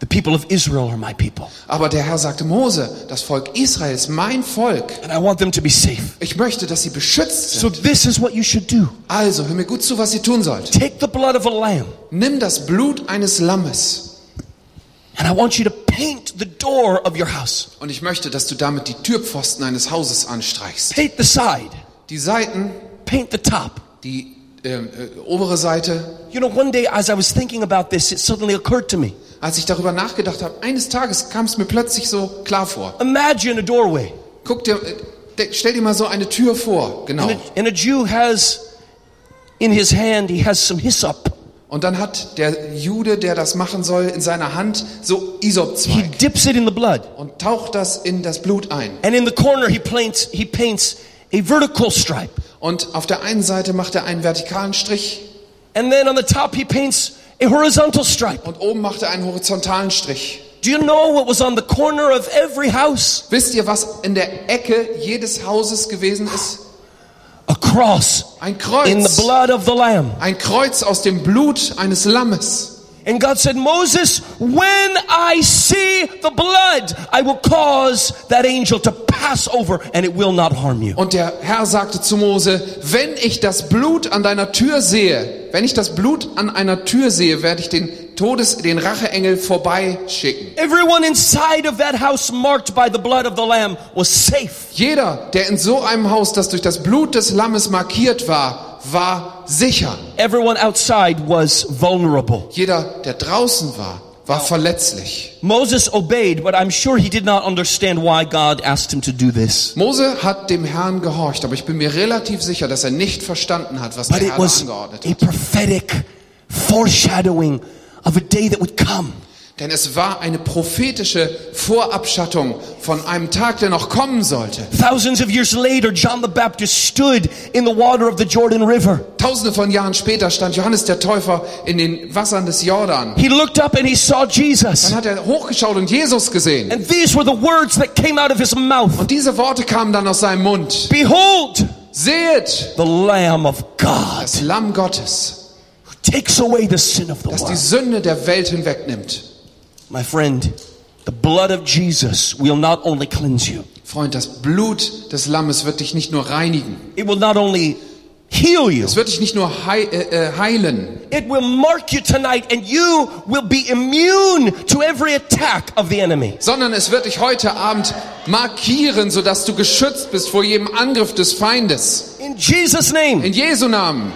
the people of Israel are my people,
Aber der Herr sagte Mose, das Volk Israel ist mein Volk.
and I want them to be safe.
Ich möchte, dass sie beschützt
So
sind.
this is what you should do.
Also, hör mir gut zu, was ihr tun sollt.
Take the blood of a lamb
Nimm das Blut eines Lammes
And I want you to paint the door of your house.
Und ich möchte, dass du damit die Türpfosten eines Hauses anstreichst.
Paint the side,
Die Seiten,
paint the top.
die ähm, äh, obere Seite.
You know, one day as I was thinking about this, it suddenly occurred to me.
Als ich darüber nachgedacht habe, eines Tages kam es mir plötzlich so klar vor.
Imagine a doorway.
Guck dir, äh, de- stell dir mal so eine Tür vor, genau.
And a, and a Jew has in his hand, he has some hyssop.
Und dann hat der Jude, der das machen soll, in seiner Hand so
He
Isopzweig
dips it in the blood.
und taucht das in das Blut ein.
And in the corner, he paints, he paints a vertical stripe.
Und auf der einen Seite macht er einen vertikalen Strich
And then on the top, he paints a horizontal stripe.
und oben macht er einen horizontalen Strich.
Do you know what was on the corner of every house?
Wisst ihr, was in der Ecke jedes Hauses gewesen ist?
A cross
Ein
in the
Kreuz.
blood of the Lamb.
Ein Kreuz aus dem Blut eines Lammes.
And God said, Moses, when I see the blood, I will cause that angel to pass over and it will not harm you.
Und der Herr sagte zu Mose, wenn ich das Blut an deiner Tür sehe, wenn ich das Blut an einer Tür sehe, werde ich den Todes, den Racheengel vorbeischicken.
Everyone inside of that house marked by the blood of the Lamb was safe.
Jeder, der in so einem Haus, das durch das Blut des Lammes markiert war, war sicher.
Everyone outside was vulnerable.
Jeder, der draußen war, war verletzlich.
Moses obeyed, but I'm sure he did not understand why God asked him to do this.
Mose hat dem Herrn gehorcht, aber ich bin mir relativ sicher, dass er nicht verstanden hat, was der
But it
Herr da
was
angeordnet
a
hat.
prophetic foreshadowing of a day that would come.
Denn es war eine prophetische Vorabschattung von einem Tag, der noch kommen sollte.
Thousands of years later, John the Baptist stood in the water of the Jordan River.
Tausende von Jahren später stand Johannes der Täufer in den Wassern des Jordan.
He looked up and he saw Jesus.
Dann hat er hochgeschaut und Jesus gesehen.
And these were the words that came out of his mouth
Und diese Worte kamen dann aus seinem Mund.
Behold,
Seht
the Lamb of God
das Lamm Gottes,
who takes away the sin of the
das die
world.
Sünde der Welt hinwegnimmt.
My friend, the blood of Jesus will not only cleanse you,
Freund, das Blut des Lammes wird dich nicht nur reinigen.
it will not only heal you,
Es wird dich nicht nur hei äh, äh, heilen.
it will mark you tonight, and you will be immune to every attack of the enemy.
sondern es wird dich heute Abend markieren, sodass du geschützt bist vor jedem Angriff des Feindes.
In Jesus' name.
In Jesu Namen.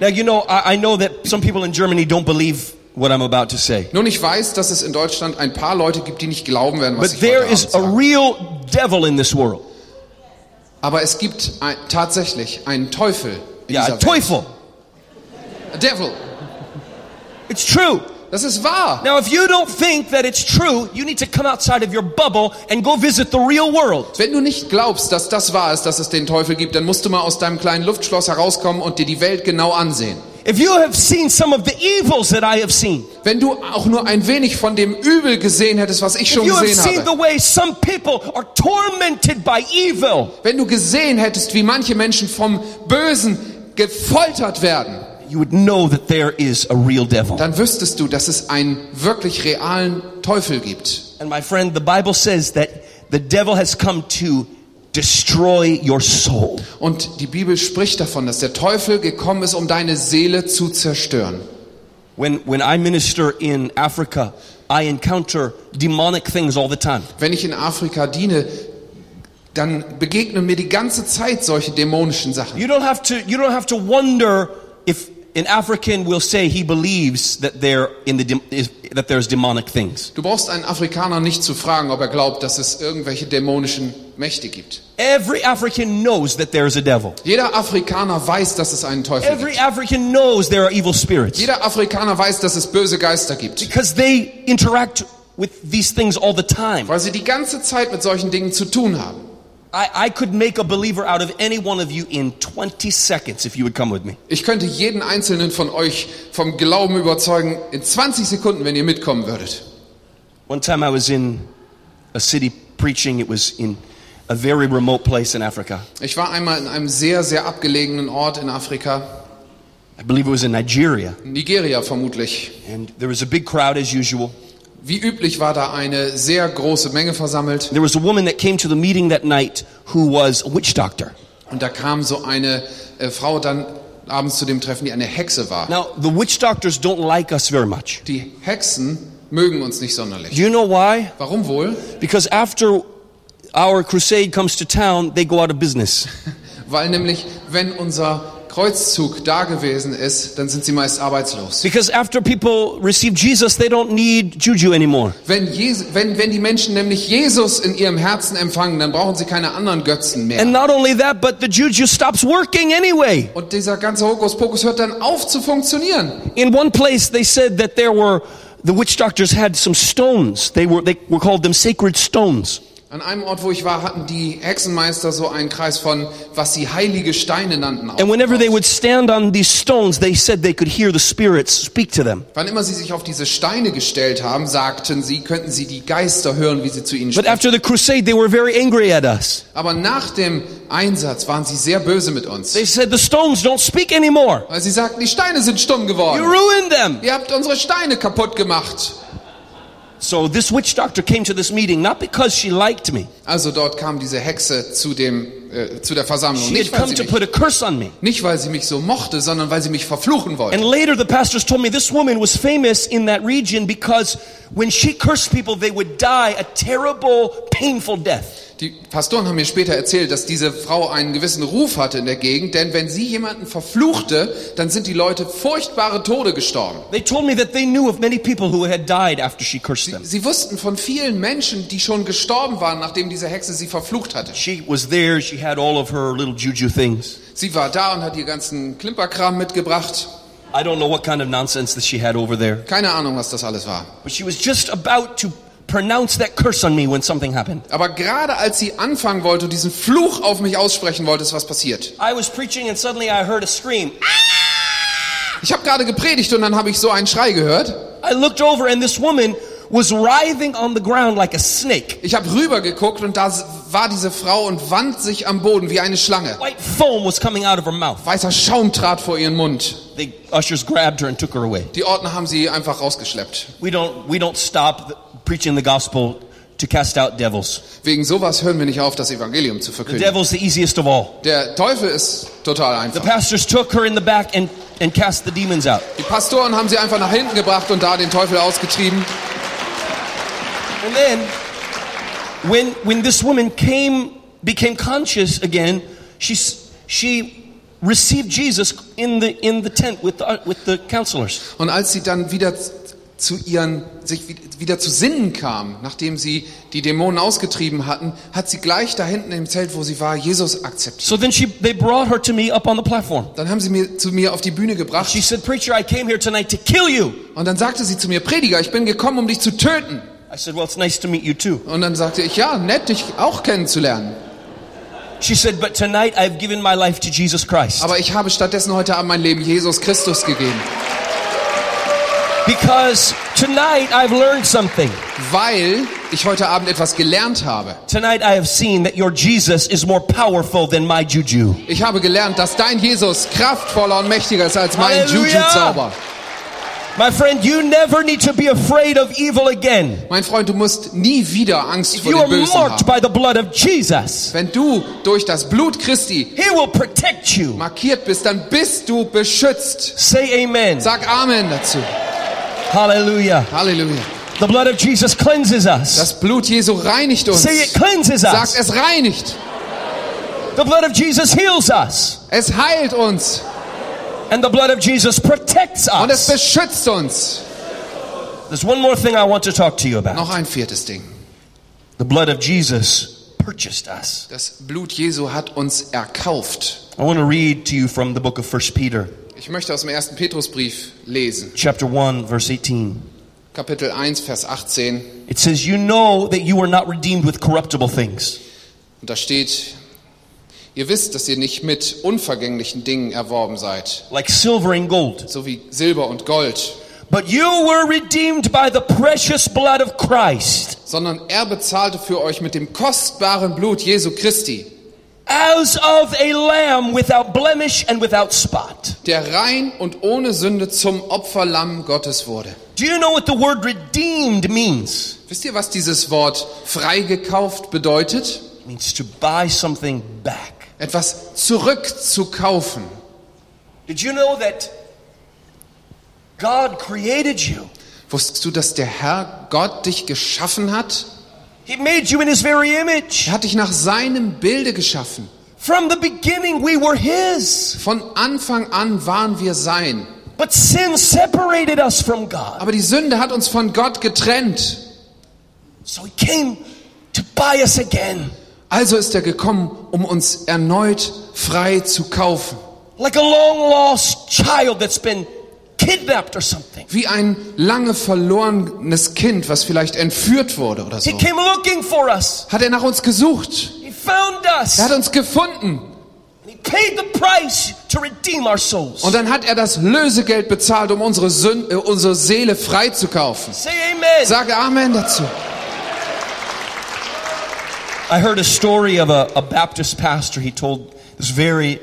Now, you know, I, I know that some people in Germany don't believe what I'm about to say.
Nun, ich weiß, dass es in Deutschland ein paar Leute gibt, die nicht glauben werden, was
But
ich
there
heute Abend
is a
sage.
real devil in this world.
Aber es gibt ein, tatsächlich einen Teufel in
Yeah,
dieser
Teufel.
Welt. A Devil.
It's true.
Das ist wahr.
Now, if you don't think that it's true, you need to come outside of your bubble and go visit the real world.
Wenn du nicht glaubst, dass das wahr ist, dass es den Teufel gibt, dann musst du mal aus deinem kleinen Luftschloss herauskommen und dir die Welt genau ansehen.
If you have seen some of the evils that I have seen,
Wenn du auch nur ein wenig von dem Übel gesehen hättest, was ich
if
schon
you have
gesehen
seen the
habe.
way some people are tormented by evil,
Wenn du gesehen hättest, wie manche Menschen vom Bösen gefoltert werden,
you would know that there is a real devil.
dann wüsstest du, dass es einen wirklich realen Teufel gibt.
And my friend, the Bible says that the devil has come to destroy your soul.
Und die Bibel spricht davon, dass der Teufel gekommen ist, um deine Seele zu zerstören.
When, when I minister in Africa, I encounter demonic things all the time.
Wenn ich in Afrika diene, dann begegnen mir die ganze Zeit solche dämonischen Sachen.
You don't have to you don't have to wonder if an African will say he believes that there in the dem- is, that there's demonic things.
Du brauchst einen Afrikaner nicht zu fragen, ob er glaubt, dass es irgendwelche dämonischen Mächte gibt.
Every African knows that there's a devil.
Jeder Afrikaner weiß, dass es einen Teufel
Every
gibt.
African knows there are evil spirits
Jeder Afrikaner weiß, dass es böse Geister gibt.
because they interact with these things all the time.
Weil sie die ganze Zeit mit solchen Dingen zu tun haben.
I, I could make a believer out of any one of you in 20 seconds if you would come with me.
Ich könnte jeden einzelnen von euch vom Glauben überzeugen in 20 Sekunden, wenn ihr mitkommen würdet.
One time I was in a city preaching. It was in a very remote place in Africa.
Ich war einmal in einem sehr, sehr abgelegenen Ort in Afrika,
I believe it was in Nigeria.
Nigeria vermutlich.
And there was a big crowd as usual.
Wie üblich war da eine sehr große Menge versammelt
There was a woman that came to the meeting that night who was a witch doctor.
und da kam so eine äh, Frau dann abends zu dem Treffen, die eine Hexe war.
Now, the witch doctors don't like us very much.
Die Hexen mögen uns nicht sonderlich.
Do you know why?
Warum wohl?
Because after our crusade comes to town, they go out of business.
Weil nämlich, wenn unser Kreuzzug da gewesen ist, dann sind sie meist arbeitslos.
Because after people receive Jesus, they don't need juju anymore.
Wenn, Jesu, wenn, wenn die Menschen nämlich Jesus in ihrem Herzen empfangen, dann brauchen sie keine anderen Götzen mehr.
And not only that, but the juju stops working anyway.
Und dieser ganze Hokuspokus hört dann auf zu funktionieren.
In one place, they said that there were the witch doctors had some stones. They were they were called them sacred stones.
An einem Ort, wo ich war, hatten die Hexenmeister so einen Kreis von, was sie heilige Steine nannten.
And whenever they
aufgebaut.
would stand on these stones, they said they could hear the spirits speak to them.
Wann immer sie sich auf diese Steine gestellt haben, sagten sie, könnten sie die Geister hören, wie sie zu ihnen
But
sprechen.
after the crusade, they were very angry at us.
Aber nach dem Einsatz waren sie sehr böse mit uns.
They said the stones don't speak anymore.
Weil sie sagten, die Steine sind stumm geworden.
You ruined them.
Ihr habt unsere Steine kaputt gemacht.
So this witch doctor came to this meeting not because she liked me.
Also dort kam diese Hexe zu dem äh, zu der Versammlung,
She had
nicht weil,
come
sie
to
mich,
put a curse on me.
nicht weil sie mich so mochte, sondern weil sie mich verfluchen
And
wollte.
later the pastors told me this woman was famous in that region because when she cursed people, they would die a terrible, painful death.
Die Pastoren haben mir später erzählt, dass diese Frau einen gewissen Ruf hatte in der Gegend, denn wenn sie jemanden verfluchte, dann sind die Leute furchtbare Tode gestorben.
They told me that they knew of many people who had died after she cursed them.
Sie wussten von vielen Menschen, die schon gestorben waren, nachdem diese Hexe sie verflucht hatte.
She was there, she had all of her little juju things.
Sie war da und hat ihr ganzen Klimperkram mitgebracht.
I don't know what kind of nonsense that she had over there,
Keine Ahnung, was das alles war.
but she was just about to pronounce that curse on me when something happened.
Aber gerade als sie anfangen wollte und diesen Fluch auf mich aussprechen wollte, ist was passiert.
I was preaching and suddenly I heard a scream.
Ich habe gerade gepredigt und dann habe ich so einen Schrei gehört.
I looked over and this woman was writhing on the ground like a snake.
Ich habe rübergeguckt und da s- war diese Frau und wand sich am Boden wie eine Schlange.
White foam was coming out of her mouth.
Weißer Schaum trat vor ihren Mund.
The ushers grabbed her and took her away.
Die Ordner haben sie einfach rausgeschleppt.
We don't, we don't stop the, preaching the gospel to cast out devils.
Wegen sowas hören wir nicht auf, das Evangelium zu
The
verkünden.
devil's the easiest of all.
Der Teufel ist total
The
einfach.
pastors took her in the back and, and cast the demons out.
Die Pastoren haben sie einfach nach hinten gebracht und da den Teufel ausgetrieben.
And then, when when this woman came became conscious again, she s- she received Jesus in the in the tent with the, with the counselors.
Und als sie dann wieder zu ihren, sich wie- wieder zu Sinnen kam, nachdem sie die Dämonen ausgetrieben hatten, hat sie gleich da hinten im Zelt, wo sie war, Jesus akzeptiert.
So then she they brought her to me up on the platform.
Dann haben sie mir zu mir auf die Bühne gebracht.
She said, "Preacher, I came here tonight to kill you."
Und dann sagte sie zu mir, Prediger, ich bin gekommen, um dich zu töten.
I said, "Well, it's nice to meet you too."
Und dann sagte ich, ja, nett, dich auch kennenzulernen.
She said, "But tonight I've given my life to Jesus Christ
Aber ich habe stattdessen heute Abend mein Leben Jesus Christus gegeben,
because tonight I've learned something.
weil ich heute Abend etwas gelernt habe.
Tonight I have seen that your Jesus is more powerful than my juju."
Ich habe gelernt, dass dein Jesus kraftvoller und mächtiger ist als mein
Halleluja!
Juju-Zauber.
My friend, you never need to be afraid of evil again.
Mein Freund, du musst nie wieder Angst
If
vor
you
dem
are
Bösen
marked by
haben.
the blood of Jesus,
Wenn du durch das Blut Christi
He will protect you.
markiert bist, dann bist du beschützt.
Say amen.
Sag Amen dazu.
Hallelujah.
Halleluja.
The blood of Jesus cleanses us.
Das Blut Jesu reinigt uns.
Say it cleanses
Sag,
us.
es reinigt.
The blood of Jesus heals us.
Es heilt uns.
And the blood of Jesus protects
Und es
us.
beschützt uns.
There's one more thing I want to talk to you about.
Noch ein viertes Ding.
The blood of Jesus purchased us.
Das Blut Jesu hat uns erkauft.
I want to read to you from the book of 1 Peter,
Ich möchte aus dem ersten Petrusbrief lesen.
chapter 1, verse 18.
Kapitel 1, Vers 18.
It says, You know that you were not redeemed with corruptible things.
Und da steht, ihr wisst, dass ihr nicht mit unvergänglichen Dingen erworben seid,
like silver and gold.
so wie Silber und Gold,
But you were redeemed by the precious blood of Christ
sondern er bezahlte für euch mit dem kostbaren Blut Jesu Christi,
as of a lamb without blemish and without spot.
der rein und ohne Sünde zum Opferlamm Gottes wurde.
Do you know what the word redeemed means?
Wisst ihr, was dieses Wort freigekauft bedeutet?
It means to buy something back.
Etwas zurückzukaufen.
Did you know that God created you
Wusstest du, dass der Herr Gott dich geschaffen hat?
He made you in His very image.
Er hat dich nach seinem Bilde geschaffen.
From the beginning, we were His.
Von Anfang an waren wir sein.
But sin separated us from God.
Aber die Sünde hat uns von Gott getrennt.
So He came to buy us again.
Also ist er gekommen, um uns erneut frei zu kaufen.
Like a long lost child that's been kidnapped or something.
Wie ein lange verlorenes Kind, was vielleicht entführt wurde oder
He
so.
came looking for us.
Hat er nach uns gesucht.
He found us.
Er hat uns gefunden.
He paid the price to redeem our souls.
Und dann hat er das Lösegeld bezahlt, um unsere, Sünde, äh, unsere Seele freizukaufen.
Say amen.
Sage Amen dazu.
I heard a story of a, a Baptist pastor. He told this very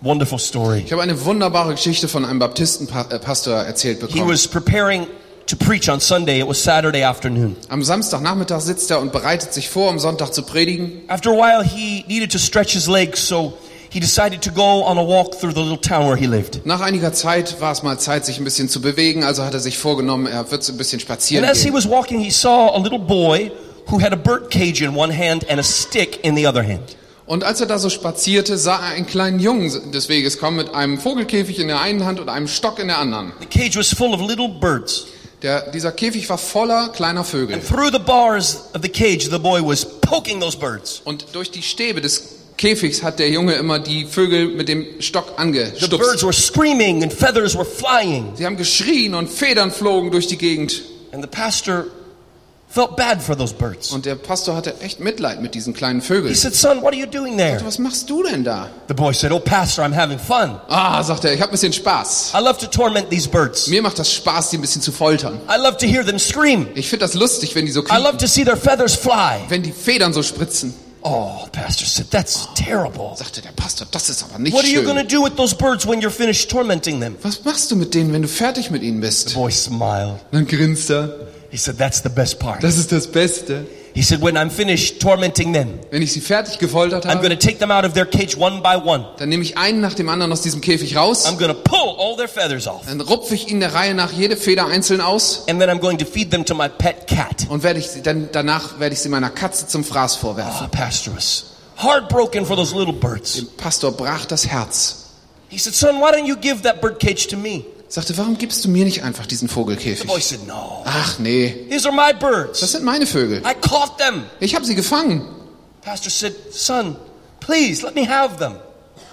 wonderful story.
Ich habe eine wunderbare Geschichte von einem Baptistenpastor erzählt
He
bekommen.
was preparing to preach on Sunday. It was Saturday afternoon.
Am Samstagnachmittag sitzt er und bereitet sich vor, am Sonntag zu predigen.
After a while, he needed to stretch his legs, so he decided to go on a walk through the little town where he lived.
Nach einiger Zeit war es mal Zeit, sich ein bisschen zu bewegen, also hat er sich vorgenommen, er wird so ein bisschen
And
spazieren
as he
gehen.
was walking, he saw a little boy who had a bird cage in one hand and a stick in the other hand.
Und als er da so spazierte, sah er einen kleinen Jungen des Weges kommen mit einem Vogelkäfig in der einen Hand und einem Stock in der anderen.
The cage was full of little birds.
Der, dieser Käfig war voller kleiner Vögel.
And through the bars of the cage, the boy was poking those birds.
Und durch die Stäbe des Käfigs hat der Junge immer die Vögel mit dem Stock
The birds
angestupst.
were screaming and feathers were flying.
Sie haben geschrien und Federn flogen durch die Gegend.
And the pastor felt bad for those birds.
Und der Pastor hatte echt Mitleid mit diesen kleinen
He
Vögeln.
said, Son, what are you doing there?
Was machst du denn da?
The boy said, Oh, Pastor, I'm having fun.
Ah, sagt er, ich habe ein bisschen Spaß.
I love to torment these birds.
Mir macht das Spaß, die ein bisschen zu foltern.
I love to hear them scream.
Ich finde das lustig, wenn die so
I
quieken,
love to see their feathers fly.
wenn die Federn so spritzen.
Oh, the pastor said, That's terrible.
Sagte der Pastor, das ist aber nicht
What are you going to
schön.
do with those birds when you're finished tormenting them?
Was machst du mit denen, wenn du fertig mit ihnen
The
bist?
boy smiled.
Dann grinst er.
He said, That's the best part.
Das ist das Beste.
He said, When I'm finished tormenting them,
Wenn ich sie fertig gefoltert
I'm going
habe,
to take them out of their cage one by one.
dann nehme ich einen nach dem anderen aus diesem Käfig raus.
I'm going to pull all their feathers off.
Dann rupfe ich ihnen der Reihe nach jede Feder einzeln aus.
And then I'm going to feed them to my pet cat.
Und werde ich sie, dann, danach werde ich sie meiner Katze zum Fraß
Ah,
vorwerfen.
pastor was heartbroken for those little birds.
Pastor brach das Herz.
He said, Son, why don't you give that bird cage to me?
Sagte, warum gibst du mir nicht einfach diesen
The
Vogelkäfig?
boy said, No.
Ach nee,
These are my
das
birds.
sind meine Vögel.
I caught them.
Ich habe sie gefangen.
Pastor said, Son, please let me have them.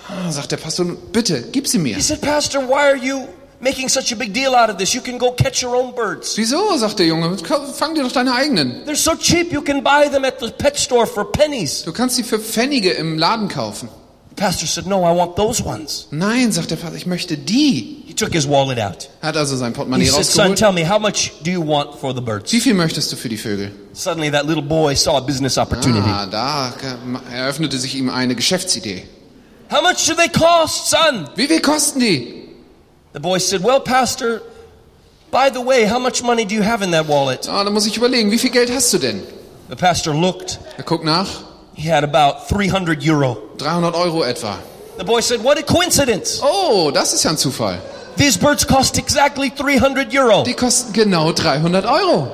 Ah, sagt der Pastor, bitte, gib sie mir.
He said, Pastor, why are you making such a big deal out of this? You can go catch your own birds.
Wieso, sagt der Junge, "Ka- fang dir doch deine eigenen.
They're so cheap, you can buy them at the pet store for pennies.
Du kannst sie für Pfennige im Laden kaufen.
The pastor said, No, I want those ones.
Nein, sagt der Pastor, ich möchte die.
He took his wallet out.
Er hat also sein
He
Portemonnaie
said, Son,
rausgeholt.
tell me, how much do you want for the birds?
Wie viel möchtest du für die Vögel?
Suddenly, that little boy saw a business opportunity.
Ah, da äh, eröffnete sich ihm eine Geschäftsidee.
How much do they cost, son?
Wie viel kosten die?
The boy said, Well, Pastor, by the way, how much money do you have in that wallet?
Ah, da muss ich überlegen, wie viel Geld hast du denn?
The pastor looked.
Er guckt nach.
He had about 300 euro.
300 Euro etwa.
The boy said, What a coincidence!
Oh, das ist ja ein Zufall.
These birds cost exactly 300 euro.
Die kosten genau 300 Euro.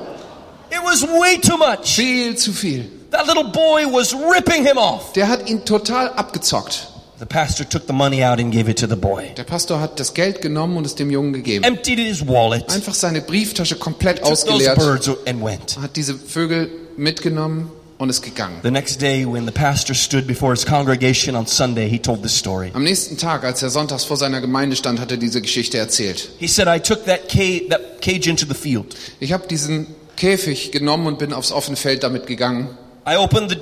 It was way too much.
Viel zu viel.
That little boy was ripping him off.
Der hat ihn total abgezockt.
The pastor took the money out and gave it to the boy,
Der Pastor hat das Geld genommen und es dem Jungen gegeben.
emptied his wallet,
Einfach seine Brieftasche komplett
took those
ausgeleert,
birds and went.
hat diese Vögel mitgenommen und ist gegangen.
The next day, when the pastor stood before his congregation on Sunday, he told this story.
Am nächsten Tag, als er sonntags vor seiner Gemeinde stand, hat er diese Geschichte erzählt.
He said, I took that cage, that cage into the field.
Ich habe diesen Käfig genommen und bin aufs offene Feld damit gegangen.
I opened the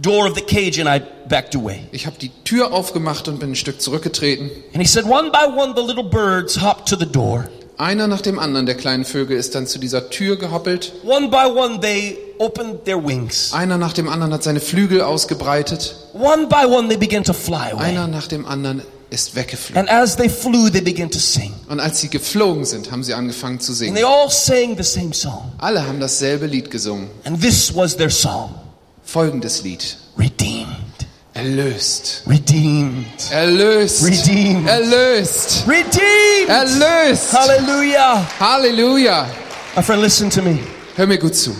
door of the cage and I backed away.
Ich habe die Tür aufgemacht und bin ein Stück zurückgetreten.
And he said, one by one, the little birds hopped to the door.
Einer nach dem anderen der kleinen Vögel ist dann zu dieser Tür gehoppelt.
One by one, they opened their wings.
Einer nach dem anderen hat seine Flügel ausgebreitet.
One by one, they began to fly away.
Einer nach dem anderen ist weggeflogen.
And as they flew, they began to sing.
Und als sie geflogen sind, haben sie angefangen zu
And
singen.
they all sang the same song.
Alle haben dasselbe Lied gesungen.
And this was their song
Folgendes Lied.
Redeemed,
Erlöst.
redeemed,
Erlöst.
Redeemed.
Erlöst.
redeemed.
Erlöst.
Hallelujah.
Halleluja.
My friend, listen to me.
Hör mir gut zu.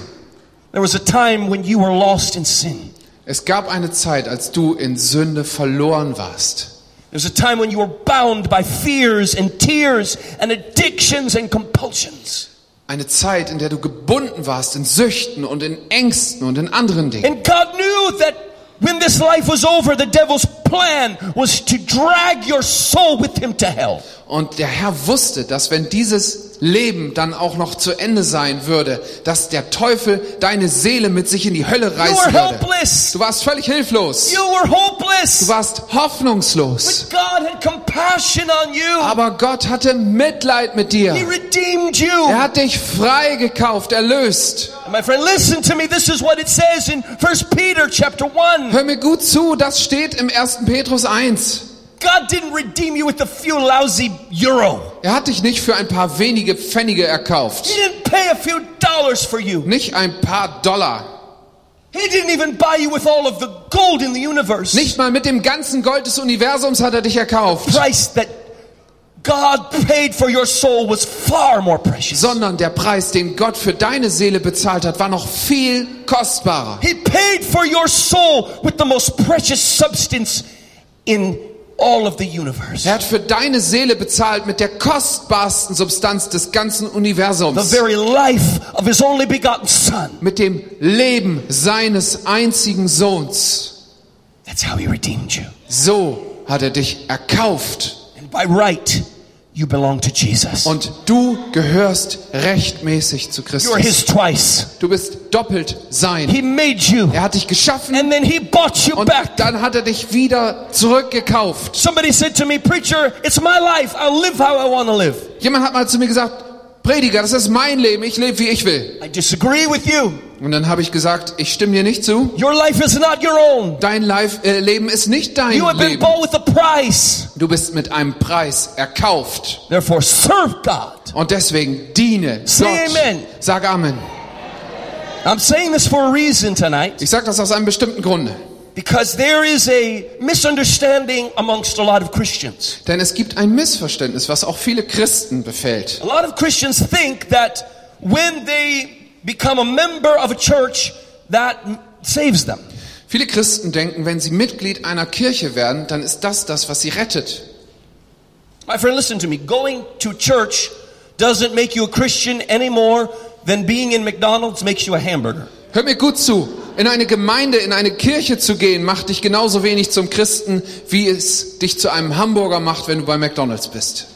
There was a time when you were lost in sin.
Es gab eine Zeit, als du in Sünde verloren warst.
There was a time when you were bound by fears and tears and addictions and compulsions.
Eine Zeit, in der du gebunden warst in Süchten und in Ängsten und in anderen Dingen.
And God knew that when this life was over, the devil's plan was to drag your soul with him to hell.
Und der Herr wusste, dass wenn dieses Leben dann auch noch zu Ende sein würde, dass der Teufel deine Seele mit sich in die Hölle
You were
reißen würde.
helpless.
Du warst völlig hilflos.
You were
Du
hopeless.
warst hoffnungslos.
But God had compassion on you.
Aber Gott hatte Mitleid mit
He
dir.
redeemed
Er
you.
hat dich frei gekauft, erlöst.
And my friend, listen to me. This is what it says in 1 Peter chapter 1.
Hör mir gut zu, das steht im 1. Petrus 1.
God didn't redeem you with a few lousy euro.
Er hat dich nicht für ein paar wenige Pfennige
He
erkauft.
didn't pay a few dollars for you.
Nicht ein paar Dollar.
He didn't even buy you with all of the gold in the universe.
Nicht mal mit dem ganzen Gold des Universums hat er dich erkauft.
price that God paid for your soul was far more precious.
sondern der Preis, den Gott für deine Seele bezahlt hat, war noch viel kostbarer.
He paid for your soul with the most precious substance in all of the universe.
Er hat für deine Seele bezahlt mit der kostbarsten Substanz des ganzen
The
Universums,
very life of his only begotten son.
mit dem Leben seines einzigen Sohns.
That's how he redeemed you.
So hat er dich erkauft
And by right, you belong to Jesus.
und du gehörst rechtmäßig zu
You're
Christus.
his twice.
Du bist doppelt sein.
He made you.
Er hat dich geschaffen
And then he bought you
und
back.
dann hat er dich wieder zurückgekauft.
Somebody said to me, Preacher, it's my life. I'll live how I want to live.
Jemand hat mal zu mir gesagt, Prediger, das ist mein Leben, ich lebe wie ich will.
I disagree with you.
Und dann habe ich gesagt, ich stimme dir nicht zu.
Your life is not your own.
Dein Life, äh, Leben ist nicht dein
You have been
Leben.
bought with a price.
Du bist mit einem Preis erkauft.
Therefore, serve God.
Und deswegen diene
Say
Gott.
Amen.
Sag Amen.
I'm saying this for a reason tonight
Ich sage das aus einem bestimmten Grunde.
because there is a misunderstanding amongst a lot of Christians.
Denn es gibt ein Missverständnis, was auch viele Christen befällt.
A lot of Christians think that when they become a member of a church, that m- saves them.
Viele Christen denken, wenn sie Mitglied einer Kirche werden, dann ist das das, was sie rettet.
My friend, listen to me. Going to church doesn't make you a Christian any more than being in McDonald's makes you a hamburger.
Hör mir gut zu. In eine Gemeinde, in eine Kirche zu gehen, macht dich genauso wenig zum Christen, wie es dich zu einem Hamburger macht, wenn du bei McDonald's bist.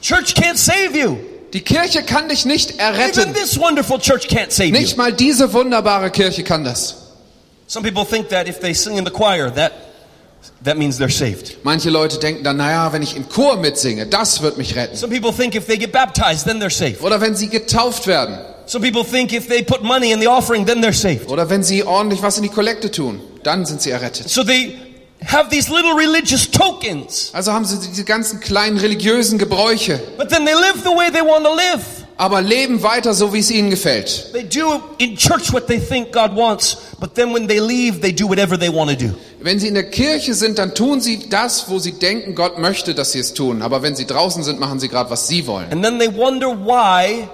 Church can't save you.
Die Kirche kann dich nicht
Even
erretten.
this wonderful church can't save you.
Nicht mal diese wunderbare Kirche kann das.
Some people think that if they sing in the choir, that that means they're saved.
Manche Leute denken dann, naja, wenn ich im Chor mitsinge, das wird mich retten.
Some people think if they get baptized, then they're saved.
Oder wenn sie getauft werden.
Some people think if they put money in the offering, then they're saved.
Oder wenn sie ordentlich was in die Kollekte tun. Dann sind sie errettet.
So they have these little religious tokens,
Also haben sie diese ganzen kleinen religiösen Gebräuche.
but then they live the way they want to live.
Aber leben weiter so, wie es ihnen gefällt.
They do in church what they think God wants, but then when they leave, they do whatever they want to do.
Wenn sie in der Kirche sind, dann tun sie das, wo sie denken, Gott möchte, dass sie es tun. Aber wenn sie draußen sind, machen sie gerade, was sie wollen.
And then they wonder why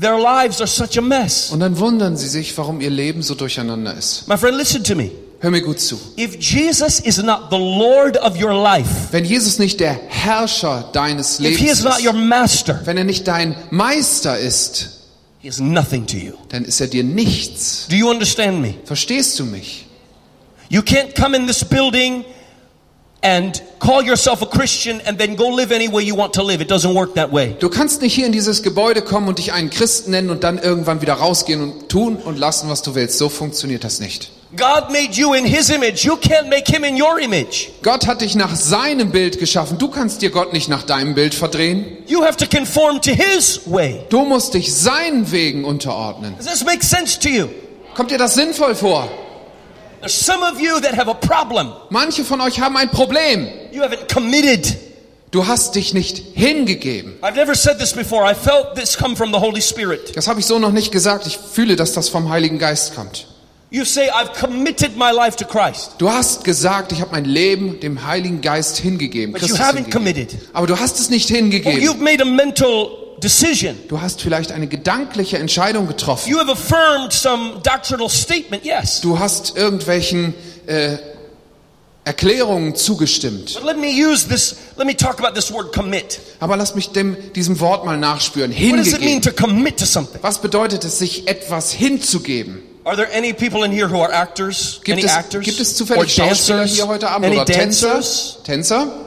their lives are such a mess.
Und dann wundern sie sich, warum ihr Leben so durcheinander ist.
My friend, listen to me.
Hör mir gut zu.
If Jesus is not the Lord of your life,
Wenn Jesus nicht der Herrscher deines
If he
Lebens
is not your
ist,
master,
wenn er nicht dein Meister ist,
he is nothing to you.
dann ist er dir nichts.
Do you understand me?
Verstehst du mich?
You can't come in this building and call yourself a Christian and then go live any way you want to live. It doesn't work that way.
Du kannst nicht hier in dieses Gebäude kommen und dich einen Christen nennen und dann irgendwann wieder rausgehen und tun und lassen, was du willst. So funktioniert das nicht.
God made you in his image. You can't make him in your image.
Gott hat dich nach seinem Bild geschaffen. Du kannst dir Gott nicht nach deinem Bild verdrehen.
You have to conform to his way.
Du musst dich seinen Wegen unterordnen.
Does this make sense to you?
Kommt dir das sinnvoll vor?
There's some of you that have a problem.
Manche von euch haben ein Problem.
You haven't committed.
Du hast dich nicht hingegeben.
I've never said this before. I felt this come from the Holy Spirit.
Das habe ich so noch nicht gesagt. Ich fühle, dass das vom Heiligen Geist kommt.
You say, I've committed my life to Christ.
Du hast gesagt, ich habe mein Leben dem Heiligen Geist hingegeben.
But you
Christus
haven't
hingegeben.
committed. Oh,
Aber du hast es nicht
Well,
hingegeben.
you've made a mental decision.
Du hast vielleicht eine gedankliche Entscheidung getroffen.
You have affirmed some doctrinal statement, yes.
Du hast irgendwelchen äh, Erklärungen zugestimmt.
But let me use this, let me talk about this word commit.
Aber lass mich dem, diesem Wort mal nachspüren.
What does it mean
Hingegeben.
to commit to something?
Was bedeutet es, sich etwas hinzugeben?
Are there any people in here who are actors?
Gibt,
any
es,
actors?
gibt es
or
zufällig Schauspieler
dancers?
hier heute Abend
any
oder
dancers?
Tänzer? Tänzer?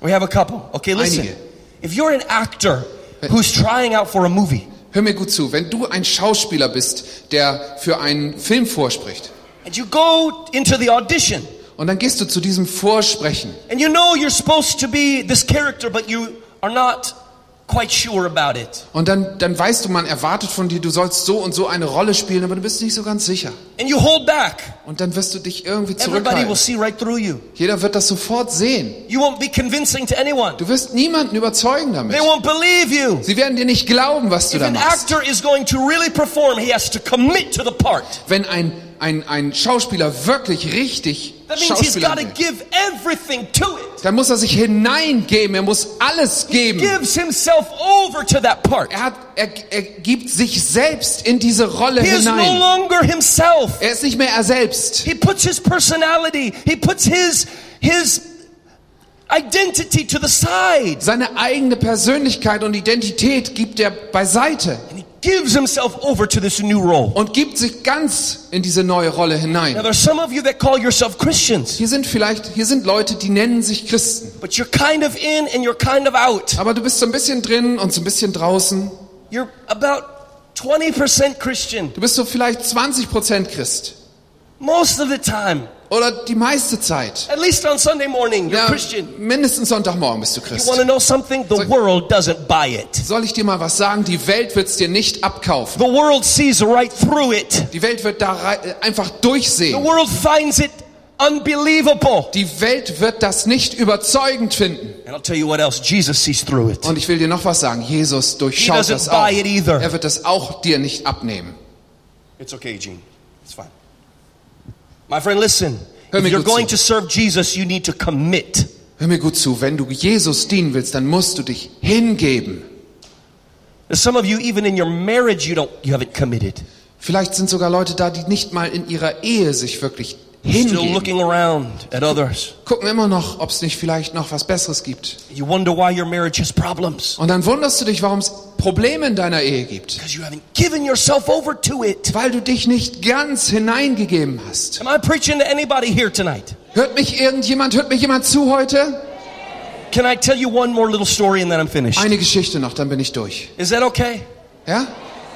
We have a couple. Okay, listen.
Einige.
If you're an actor who's trying out for a movie
Hör mir gut zu. Wenn du ein Schauspieler bist, der für einen Film vorspricht
and you go into the audition
und dann gehst du zu diesem Vorsprechen
and you know you're supposed to be this character but you are not quite sure about it
und dann, dann weißt du, man erwartet von dir, du sollst so und so eine Rolle spielen, aber du bist nicht so ganz sicher.
and you hold back,
Und dann wirst du dich irgendwie
everybody will
zurückhalten.
see right through you.
Jeder wird das sofort sehen.
You won't be convincing to anyone.
Du wirst niemanden überzeugen damit.
They won't believe you.
Sie werden dir nicht glauben, was du
If
da
an
machst.
actor is going to really perform, he has to commit to the part.
Wenn ein, ein, ein Schauspieler wirklich richtig
That means he's
Schauspieler
got to
will,
give everything to it.
dann muss er sich hineingeben, er muss alles geben.
Gives himself over to that part.
Er, hat, er, er gibt sich selbst in diese Rolle
He is no
hinein.
longer himself.
Er ist nicht mehr er selbst.
He puts his personality, he puts his his identity to the side.
Seine eigene Persönlichkeit und Identität gibt er beiseite
And he gives himself over to this new role.
und gibt sich ganz in diese neue Rolle
Now
hinein.
there are some of you that call yourself Christians,
Hier sind vielleicht, hier sind Leute, die nennen sich Christen.
but you're kind of in and you're kind of out.
Aber du bist so ein bisschen drin und so ein bisschen draußen.
You're about 20% Christian
Du bist so vielleicht 20% Christ.
most of the time.
Oder die meiste Zeit.
At least on Sunday morning, you're
Ja,
Christian.
mindestens Sonntagmorgen bist du
You
Christ.
want to know something? The world doesn't buy it.
Soll ich dir mal was sagen? Die Welt wird's dir nicht abkaufen.
The world sees right through it.
Die Welt wird da rei- äh, einfach
The
durchsehen.
world finds it unbelievable.
Die Welt wird das nicht überzeugend finden.
And I'll tell you what else Jesus sees through it.
Und ich will dir noch was sagen. Jesus
He
durchschaut
doesn't
das auch.
buy it either.
Er wird das auch dir nicht abnehmen.
It's okay, Gene. It's fine. My friend, listen.
Hör
If
mir
you're
gut
going to
zu.
serve Jesus, you need to commit.
Hör mir gut zu. Wenn du Jesus dienen willst, dann musst du dich hingeben.
There's some of you, even in your marriage, you don't, you haven't committed.
Vielleicht sind sogar Leute da, die nicht mal in ihrer Ehe sich wirklich
Still
hingeben.
looking around at others.
Gucken immer noch, ob es nicht vielleicht noch was Besseres gibt.
You wonder why your marriage has problems
Und dann wunderst du dich, warum es Probleme in deiner Ehe gibt.
because you haven't given yourself over to it.
Weil du dich nicht ganz hineingegeben hast.
Am I preaching to anybody here tonight?
Hört mich irgendjemand, hört mich jemand zu heute?
Can I tell you one more little story and then I'm finished?
Eine Geschichte noch, dann bin ich durch.
Is that okay?
Ja?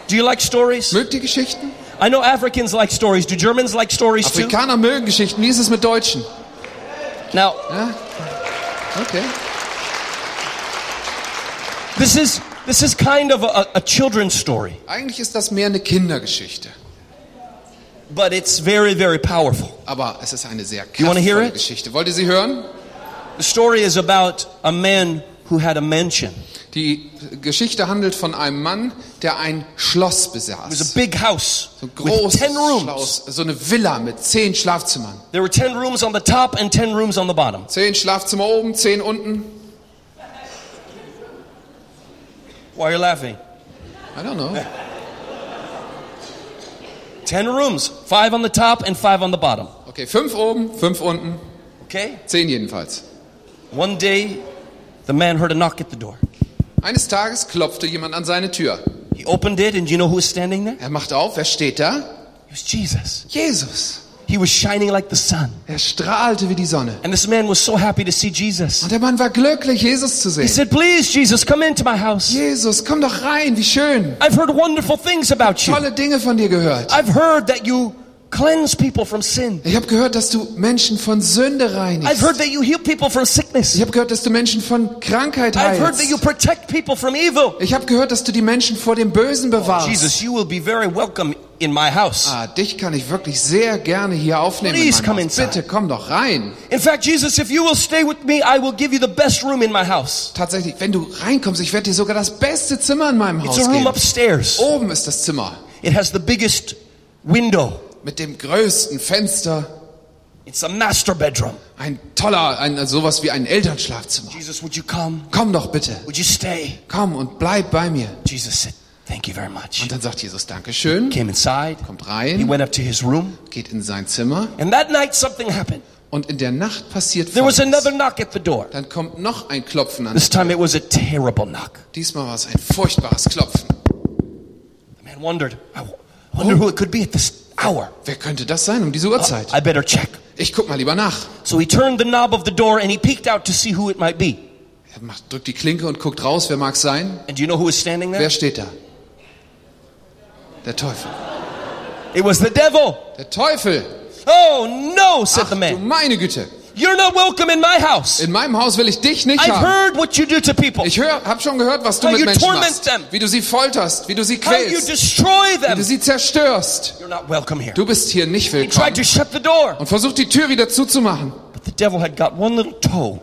Do you like stories?
Mögt ihr Geschichten?
I know Africans like stories. Do Germans like stories too?
Afrikaner mögen Geschichten. Wie ist es mit Deutschen?
Now,
Ja? Okay.
this is this is kind of a, a children's story,
Eigentlich ist das mehr eine Kindergeschichte.
but it's very very powerful.
Aber es ist eine sehr
You wanna hear
kraftvolle
it?
Geschichte. Wollt ihr sie hören?
The story is about a man who had a mansion.
Die Geschichte handelt von einem Mann, der ein Schloss
It was
besaß.
a big house
Ein
with
großes
ten rooms.
Schloss, so eine Villa mit zehn Schlafzimmern.
There were ten rooms on the top and ten rooms on the bottom.
Zehn Schlafzimmer oben, zehn unten.
Why are you laughing?
I don't know.
Ten rooms, five on the top and five on the bottom.
Okay, fünf oben, fünf unten,
Okay.
zehn jedenfalls.
One day, the man heard a knock at the door.
Eines Tages klopfte jemand an seine Tür.
He opened it, and you know who was standing there?
Er macht auf, wer steht da?
It was Jesus.
Jesus.
He was shining like the sun.
Er strahlte wie die Sonne.
And this man was so happy to see Jesus.
Und der Mann war glücklich, Jesus zu
He
sehen.
said, Please, Jesus, come into my house.
Jesus, komm doch rein, wie schön.
I've heard wonderful things about you.
Tolle Dinge von dir gehört.
I've heard that you cleanse people from sin.
Ich habe gehört, dass du Menschen von Sünde
I've
reinigst.
heard that you heal people from
Ich
sickness.
habe gehört, dass du Menschen von Krankheit
I've heard that you
heilst.
protect people from evil.
Ich habe gehört, dass du die Menschen vor dem Bösen bewahrst.
Oh, Jesus, you will be very welcome in my house.
Ah, dich kann ich wirklich sehr gerne hier aufnehmen.
Please
mein
come
Haus.
inside.
Bitte komm doch rein.
In fact, Jesus, if you will stay with me, I will give you the best room in my house.
Tatsächlich, wenn du reinkommst, ich werde dir sogar das beste Zimmer in meinem
It's
Haus
a room
geben.
upstairs.
Oben ist das Zimmer
It has the biggest window.
mit dem größten Fenster.
It's a master bedroom.
Ein toller, ein, also sowas wie ein Elternschlafzimmer.
Jesus, would you come?
Komm doch bitte.
Would you stay?
Komm und bleib bei mir.
Jesus said, Thank you very much.
Und dann sagt Jesus Dankeschön,
Came inside.
kommt
He
rein,
went up to his room.
geht in sein Zimmer
And that night, something happened.
und in der Nacht passiert
There was
Folgendes.
another knock at the door.
Dann kommt noch ein Klopfen an.
This time it was a terrible knock.
Diesmal war es ein furchtbares Klopfen.
The man wondered, I wonder who it could be at this hour.
Wer könnte das sein um diese Uhrzeit?
I better check.
Ich guck mal lieber nach.
So he turned the knob of the door and he peeked out to see who it might be.
Er macht, drückt die Klinke und guckt raus. Wer mag's sein?
And do you know who was standing there?
Wer steht da? Der Teufel.
It was the devil.
Der Teufel!
Oh no, said the
Du
man.
meine Güte!
You're not welcome in my house.
In meinem Haus will ich dich nicht
I've
haben.
heard what you do to people,
Ich hör, hab schon gehört, was du
How
mit
you
Menschen
torment
machst.
them.
Wie du sie folterst, wie du sie
how you
quälst,
destroy
wie du
them.
sie zerstörst.
You're not welcome here.
Du bist hier nicht
He tried to
willkommen.
shut the door,
Und versucht die Tür wieder zuzumachen.
but the devil had got one little toe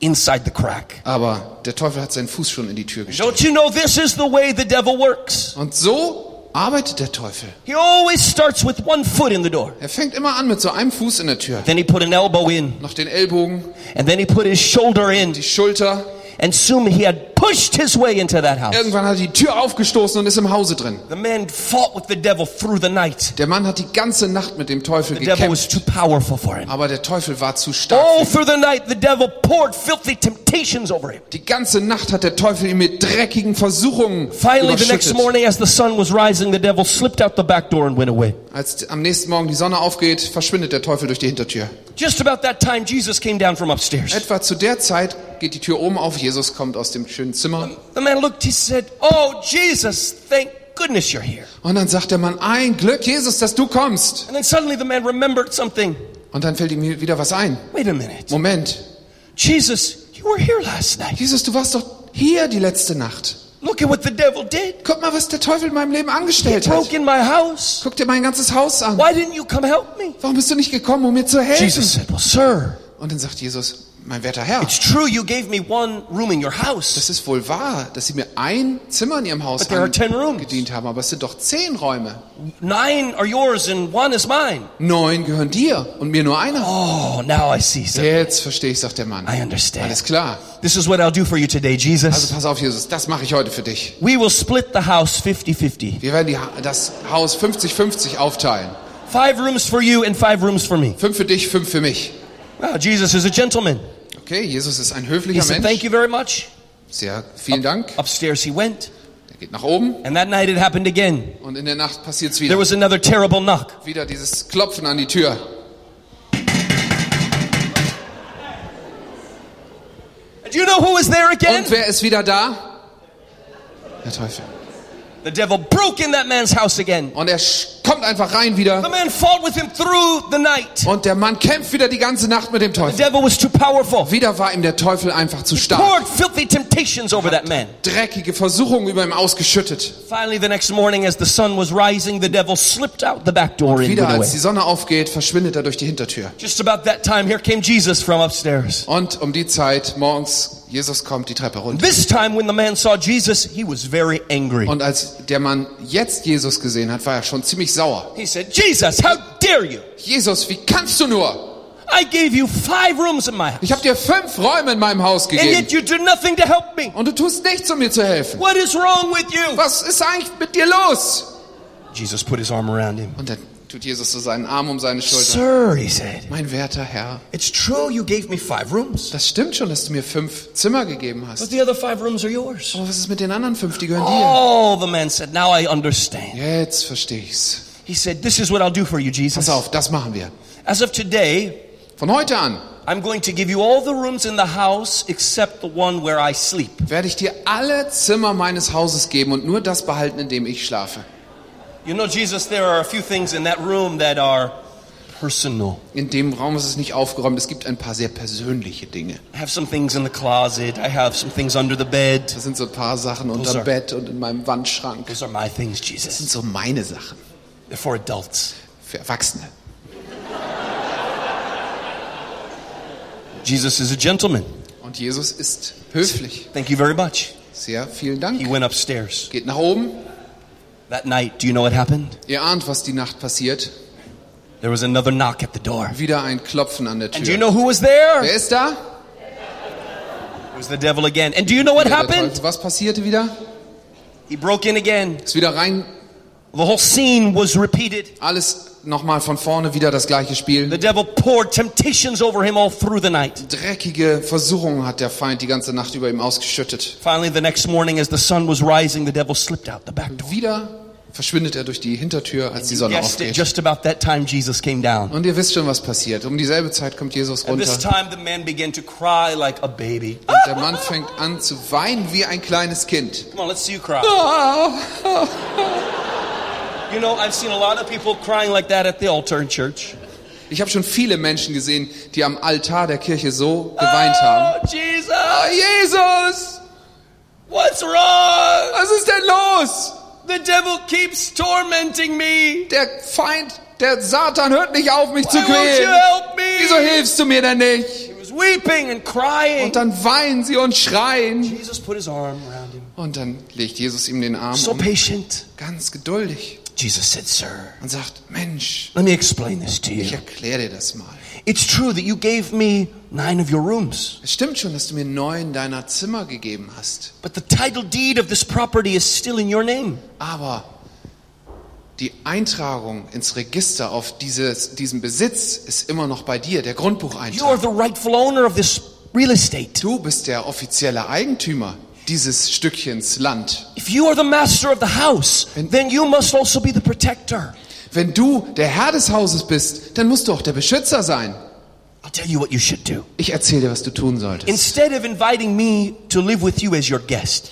inside the crack.
Aber der Teufel hat seinen Fuß schon in die Tür gestellt.
Don't you know this is the way the devil works?
Und so arbeitet der Teufel.
He always starts with one foot in the door.
Er fängt immer an mit so einem Fuß in der Tür.
Then he put an elbow in,
Noch den Ellbogen,
and then he put his shoulder in,
die Schulter.
and soon he had pushed his way into that house.
Irgendwann hat er die Tür aufgestoßen und ist im Hause drin.
The man fought with the devil through the night.
Der Mann hat die ganze Nacht mit dem Teufel
The devil was
gekämpft.
too powerful for him.
Aber der Teufel war zu stark.
All through the night, the devil poured filthy temptations over him.
Die ganze Nacht hat der Teufel ihn mit dreckigen Versuchungen
Finally, the next
überschüttet.
morning, as the sun was rising, the devil slipped out the back door and went away.
Als am nächsten Morgen die Sonne aufgeht, verschwindet der Teufel durch die Hintertür.
Just about that time, Jesus came down from upstairs.
Etwa zu der Zeit geht die Tür oben auf. Jesus kommt aus dem schönen Zimmer.
The man looked, he said, Oh, Jesus, thank goodness you're here.
Und dann sagt der Mann, ein Glück, Jesus, dass du kommst.
And then suddenly the man remembered something.
Und dann fällt ihm wieder was ein.
Wait a minute.
Moment,
Jesus, you were here last night.
Jesus, du warst doch hier die letzte Nacht.
Look at what the devil did.
Guck mal, was der Teufel in meinem Leben
He
angestellt hat.
broke in my house.
Guck dir mein ganzes Haus an.
Why didn't you come help me?
Warum bist du nicht gekommen, um mir zu helfen?
Jesus said, Well, sir,
Und dann sagt Jesus, mein werter Herr,
it's true you gave me one room in your house.
das ist wohl wahr, dass sie mir ein Zimmer in ihrem Haus
But there are 10 rooms.
gedient haben, aber es sind doch zehn Räume.
Nine are yours and one is mine.
Neun gehören dir und mir nur einer.
Oh, now I see. So
Jetzt verstehe ich, sagt der Mann.
I understand.
Alles klar.
This is what I'll do for you today,
Also
Jesus.
pass auf, Jesus, das mache ich heute für dich.
We will split the house 50 50.
Wir werden die, Ha- das Haus 50-50 aufteilen.
Five rooms for you and five rooms for me.
Fünf für dich, fünf für mich.
Wow, Jesus is a gentleman.
Okay, Jesus ist ein
He
höflicher
said,
Mensch.
Thank you very much.
Sehr, vielen Dank.
Upstairs he went.
Er geht nach oben
And that night it happened again.
und in der Nacht passiert's
There
wieder.
was another terrible knock.
Wieder dieses Klopfen an die Tür.
And Do you know who was there again?
Und wer ist wieder da? Der Teufel.
The devil broke in that man's house again.
Und er sch- kommt einfach rein
The
wieder.
man fought with him through the night.
Und der Mann kämpft wieder die ganze Nacht mit dem
The
Teufel.
devil was too powerful.
Wieder war ihm der Teufel einfach zu stark.
Poured filthy temptations over that man.
Dreckige Versuchungen über ihm ausgeschüttet.
Finally, the next morning, as the sun was rising, the devil slipped out the back door and
Wieder
went away.
als die Sonne aufgeht, verschwindet er durch die Hintertür.
Just about that time, here came Jesus from upstairs.
Und um die Zeit morgens, Jesus kommt die Treppe runter.
This time, when the man saw Jesus, he was very angry.
Und als der Mann jetzt Jesus gesehen hat, war er schon ziemlich sauer.
He said, Jesus, how dare you?
Jesus, wie kannst du nur?
I gave you five rooms in my house,
Ich habe dir fünf Räume in meinem Haus
and
gegeben.
yet you do nothing to help me.
Und du tust nichts, um mir zu helfen.
What is wrong with you?
Was ist eigentlich mit dir los?
Jesus put his arm around him.
Und dann tut Jesus so seinen Arm um seine Schulter.
Sir, he said,
Mein werter Herr,
it's true you gave me five rooms,
das stimmt schon, dass du mir fünf Zimmer gegeben
but
hast.
the other five rooms are yours.
Aber was ist mit den anderen fünf? Die gehören dir.
Oh, the man said, now I understand.
Jetzt verstehe ich's.
He said, this is what I'll do for you, Jesus.
Pass auf, das machen wir.
As of today,
Von heute an
I'm going to give you all the rooms in the house except the one where I sleep.
werde ich dir alle Zimmer meines Hauses geben und nur das behalten, in dem ich schlafe.
You know, Jesus, there are a few things in that room that are personal.
In dem Raum ist es nicht aufgeräumt. Es gibt ein paar sehr persönliche Dinge.
I have some things in the closet, I have some things under the bed.
Das sind so ein paar Sachen
Sir.
unterm Bett und in meinem Wandschrank. Das
Those are my things, Jesus.
sind so meine Sachen.
They're for adults.
Für Erwachsene.
Jesus is a gentleman.
Und Jesus ist höflich.
Thank you very much.
Sehr vielen
He
Dank.
went upstairs.
Geht nach oben.
That night, do you know what happened?
Ihr ahnt, was die Nacht passiert.
There was another knock at the door.
Wieder ein Klopfen an der
And do you
Tür.
know who was there?
Wer
It
ist da?
was the devil again. And do you know what
Der
happened?
Teufel. Was passierte wieder?
He broke in again.
Ist wieder rein,
The whole scene was repeated.
alles nochmal von vorne, wieder das gleiche Spiel.
The devil poured temptations over him all through the night.
Dreckige Versuchungen hat der Feind die ganze Nacht über ihm ausgeschüttet.
Finally, the next morning, as the sun was rising, the devil slipped out the back door.
Wieder verschwindet er durch die Hintertür, als die Sonne
Guessed it,
aufgeht.
just about that time, Jesus came down.
Und ihr wisst schon, was passiert. Um dieselbe Zeit kommt Jesus
And this
runter.
time, the man began to cry like a baby.
Und der Mann fängt an zu weinen wie ein kleines Kind.
Come on, let's see you cry. You know, I've seen a lot of people crying like that at the altar in church.
Ich habe schon viele Menschen gesehen, die am Altar der Kirche so geweint haben.
Oh, Jesus,
Jesus,
what's wrong?
was ist denn los?
The devil keeps tormenting me.
Der Feind, der Satan hört nicht auf, mich zu
Why won't you
quälen.
help
Wieso
me?
hilfst du mir denn nicht?
He was weeping and crying.
Und dann weinen sie und schreien.
Jesus put his arm around him.
Und dann legt Jesus ihm den Arm
So
um,
patient.
ganz geduldig,
Jesus said, Sir,
und sagt, Mensch,
let me explain this to
ich
you.
erkläre dir das mal.
It's true that you gave me nine of your rooms,
Es stimmt schon, dass du mir neun deiner Zimmer gegeben hast.
but the title deed of this property is still in your name.
Aber die Eintragung ins Register auf dieses, diesen Besitz ist immer noch bei dir, der
You are
Grundbucheintrag.
the rightful owner of this real estate.
Du bist der offizielle Eigentümer dieses Stückchens Land.
If you are the master of the house, then you must also be the protector.
Wenn du der Herr des Hauses bist, dann musst du auch der Beschützer sein.
I'll tell you what you should do.
Ich erzähle dir, was du tun solltest.
Instead of inviting me to live with you as your guest,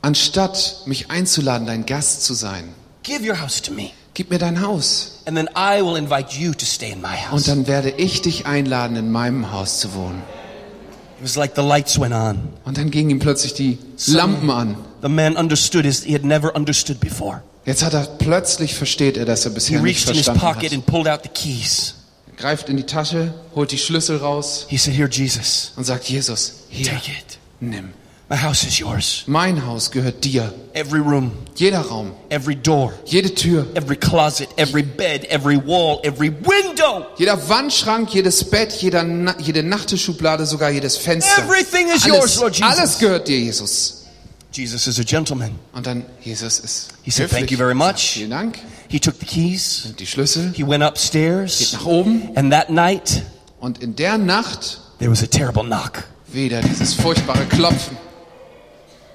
Anstatt mich einzuladen, dein Gast zu sein,
give your house to me,
gib mir dein Haus.
and then I will invite you to stay in my
Und
house.
dann werde ich dich einladen, in meinem Haus zu wohnen.
It was like the lights went on.
Und dann gingen ihm plötzlich die Lampen an.
The man understood as he had never understood before.
Jetzt hat er plötzlich versteht er, dass er
He
bisher nicht
reached in his
verstanden hat.
pocket and pulled out the keys.
Greift in die Tasche, holt die Schlüssel raus
He said, Here, Jesus,
und sagt Jesus, hier,
take it.
nimm.
My house is yours.
Mein Haus gehört dir.
Every room,
Jeder Raum,
every door,
jede Tür,
every closet, every bed, every wall, every window.
jeder Wandschrank, jedes Bett, jeder Na jede Nachttischschublade, sogar jedes Fenster.
Everything is yours,
alles,
Lord Jesus.
alles gehört dir, Jesus.
Jesus is a gentleman.
Und dann Jesus ist
He said,
höflich.
"Thank you very much."
Sagt, Vielen Dank.
He took the keys,
Und die Schlüssel
he went
geht
upstairs,
nach oben
and that night
und in der Nacht
there was a terrible knock.
wieder dieses furchtbare Klopfen.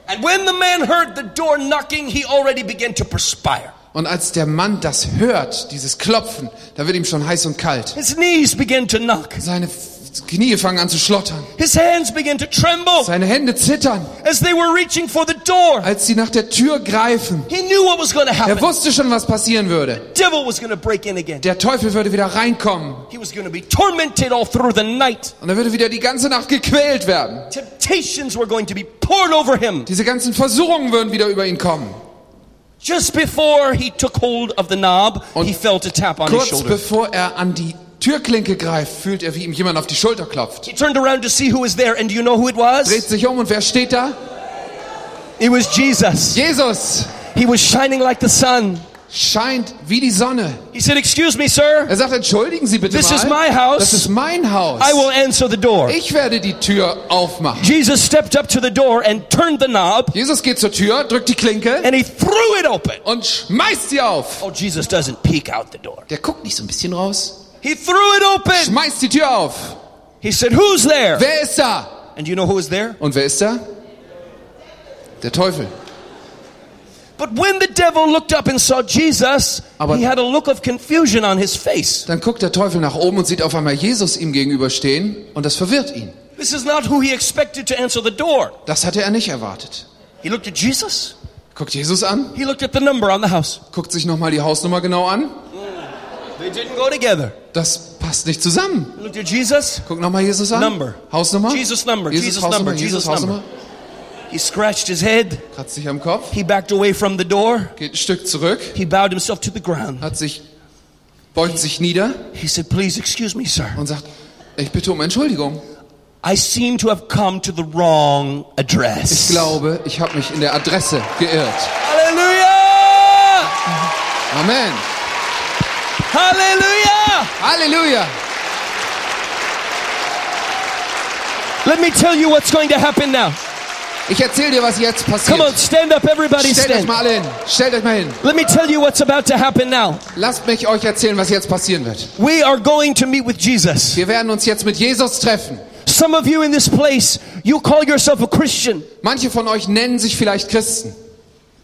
And when the man heard the door knocking, he already began to perspire.
Und als der Mann das hört, dieses Klopfen, da wird ihm schon heiß und kalt.
His knees began to knock,
Seine F- Knie fangen an zu schlottern.
his hands began to tremble.
Seine Hände zittern,
as they were reaching for the door.
als sie nach der Tür greifen.
He knew what was going to happen.
Er wusste schon, was passieren würde.
The devil was going to break in again.
Der Teufel würde wieder reinkommen.
He was going to be tormented all through the night.
Und er würde wieder die ganze Nacht gequält werden.
Temptations were going to be poured over him.
Diese ganzen Versuchungen würden wieder über ihn kommen.
Just before he took hold of the knob,
Und
he felt a tap on his
Kurz
shoulder.
bevor er an die Türklinke greift, fühlt er, wie ihm jemand auf die Schulter klopft.
He turned around to see who was there, and do you know who it
Dreht
was?
sich um und wer steht da?
It was Jesus.
Jesus
He was shining like the sun.
scheint wie die Sonne.
He said, Excuse me, sir.
Er sagt, entschuldigen Sie bitte
This
mal.
is my house.
Das ist mein Haus.
I will answer the door.
Ich werde die Tür aufmachen.
Jesus stepped up to the door and turned the knob,
Jesus geht zur Tür, drückt die Klinke
and he threw it open.
und schmeißt sie auf.
Oh, Jesus doesn't peek out the door.
Der guckt nicht so ein bisschen raus.
He threw it open.
Schmeißt die Tür auf.
He said, Who's there?
Wer ist da?
And you know who was there?
Und wer ist da? Der Teufel.
But when the devil looked up and saw Jesus,
Aber-
he had a look of confusion on his face.
Dann guckt der Teufel nach oben und sieht auf einmal Jesus ihm gegenüberstehen und das verwirrt ihn.
This is not who he expected to answer the door.
Das hatte er nicht erwartet.
He looked at Jesus.
Guckt Jesus an,
He looked at the number on the house.
guckt sich nochmal die Hausnummer genau an.
They didn't go together.
Das passt nicht zusammen.
He looked at Jesus.
Guckt nochmal Jesus an.
Number.
Hausnummer.
Jesus number, Jesus
Hausnummer.
number,
Jesus
Jesus
Hausnummer.
He scratched his head.
Kratzt sich am Kopf.
He backed away from the door.
Geht ein Stück zurück.
He bowed himself to the ground.
Hat sich, beugt sich nieder
He said, Please excuse me, sir.
und sagt, ich bitte um Entschuldigung.
I seem to have come to the wrong
Ich
address.
glaube, ich habe mich in der Adresse geirrt.
Hallelujah!
Amen.
Hallelujah!
Halleluja!
Let me tell you what's going to happen now.
Ich erzähle dir, was jetzt
Come on,
passiert.
stand up, everybody
Stellt euch
stand.
mal alle hin. Stellt euch mal hin.
Let me tell you what's about to happen now.
Lasst mich euch erzählen, was jetzt passieren wird.
We are going to meet with Jesus.
Wir werden uns jetzt mit Jesus treffen.
Some of you in this place, you call yourself a Christian,
Manche von euch nennen sich vielleicht Christen,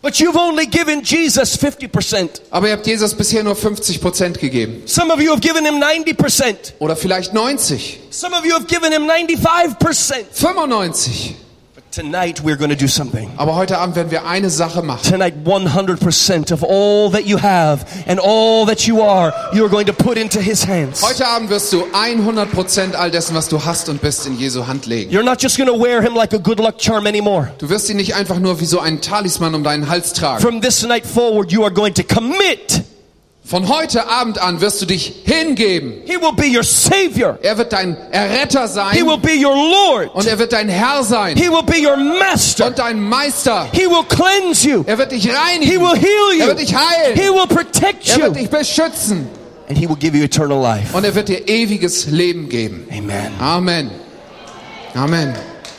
but you've only given Jesus 50%.
aber ihr habt Jesus bisher nur 50 Prozent gegeben.
Some of you have given him 90%.
Oder vielleicht 90,
Some of you have given him 95%.
95.
But tonight we're going to do something.
Aber heute Abend werden wir eine Sache machen.
Tonight, 100% of all that you have and all that you are, you're going to put into His hands.
Heute Abend wirst du 100 Prozent all dessen, was du hast und bist, in Jesu Hand legen.
You're not just going to wear Him like a good luck charm anymore.
Du wirst ihn nicht einfach nur wie so einen Talisman um deinen Hals tragen.
From this night forward, you are going to commit.
Von heute Abend an wirst du dich hingeben.
He will be your Savior,
Er wird dein Erretter
He
sein
will be your Lord,
und er wird dein Herr sein
He will be your Master,
und dein Meister.
He will cleanse you,
Er wird dich
He will
reinigen.
heal
Er
you,
wird dich heilen.
He will protect
Er wird
you,
dich beschützen
and He will give you eternal life.
und er wird dir ewiges Leben geben.
Amen.
Amen. Amen.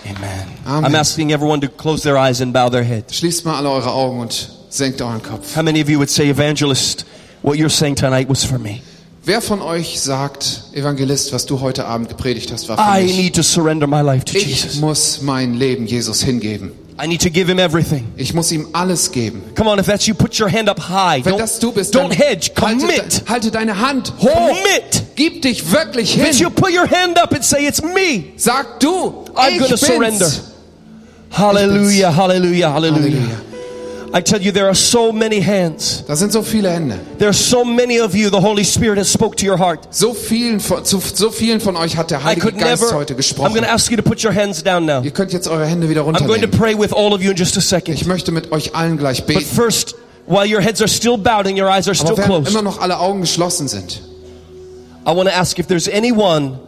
Amen.
Amen.
I'm asking everyone to close their eyes and bow their head.
Schließt mal alle eure Augen und senkt euren Kopf.
How many of you would say, Evangelist, what you're saying tonight was for me?
Wer von euch sagt, Evangelist, was du heute Abend gepredigt hast, war für
I
mich?
need to surrender my life to
Ich
Jesus.
muss mein Leben Jesus hingeben.
I need to give him everything.
Ich muss ihm alles geben.
Come on, if that's you, put your hand up high.
Wenn
Don't,
das du bist,
don't
dann
hedge. Commit.
Halte, de- halte deine Hand hoch.
Commit.
Gib dich wirklich
If it's you,
hin.
put your hand up and say, It's me.
Sag du,
I'm
ich
gonna
bin's.
surrender. Hallelujah, hallelujah, hallelujah.
Halleluja.
I tell you, there are so many hands.
Da sind so viele Hände.
There are so many of you the Holy Spirit has spoke to your heart.
So vielen von, zu so vielen von euch hat der
I
Heilige
could
Geist
never. I'm
heute
going
gesprochen.
to ask you to put your hands down now.
Ihr könnt jetzt eure Hände wieder
I'm going to
runternehmen.
pray with all of you in just a second.
Ich möchte mit euch allen gleich
But
beten.
first, while your heads are still bowed and your eyes are still
Aber während
closed,
immer noch alle Augen geschlossen sind,
I want to ask if there's anyone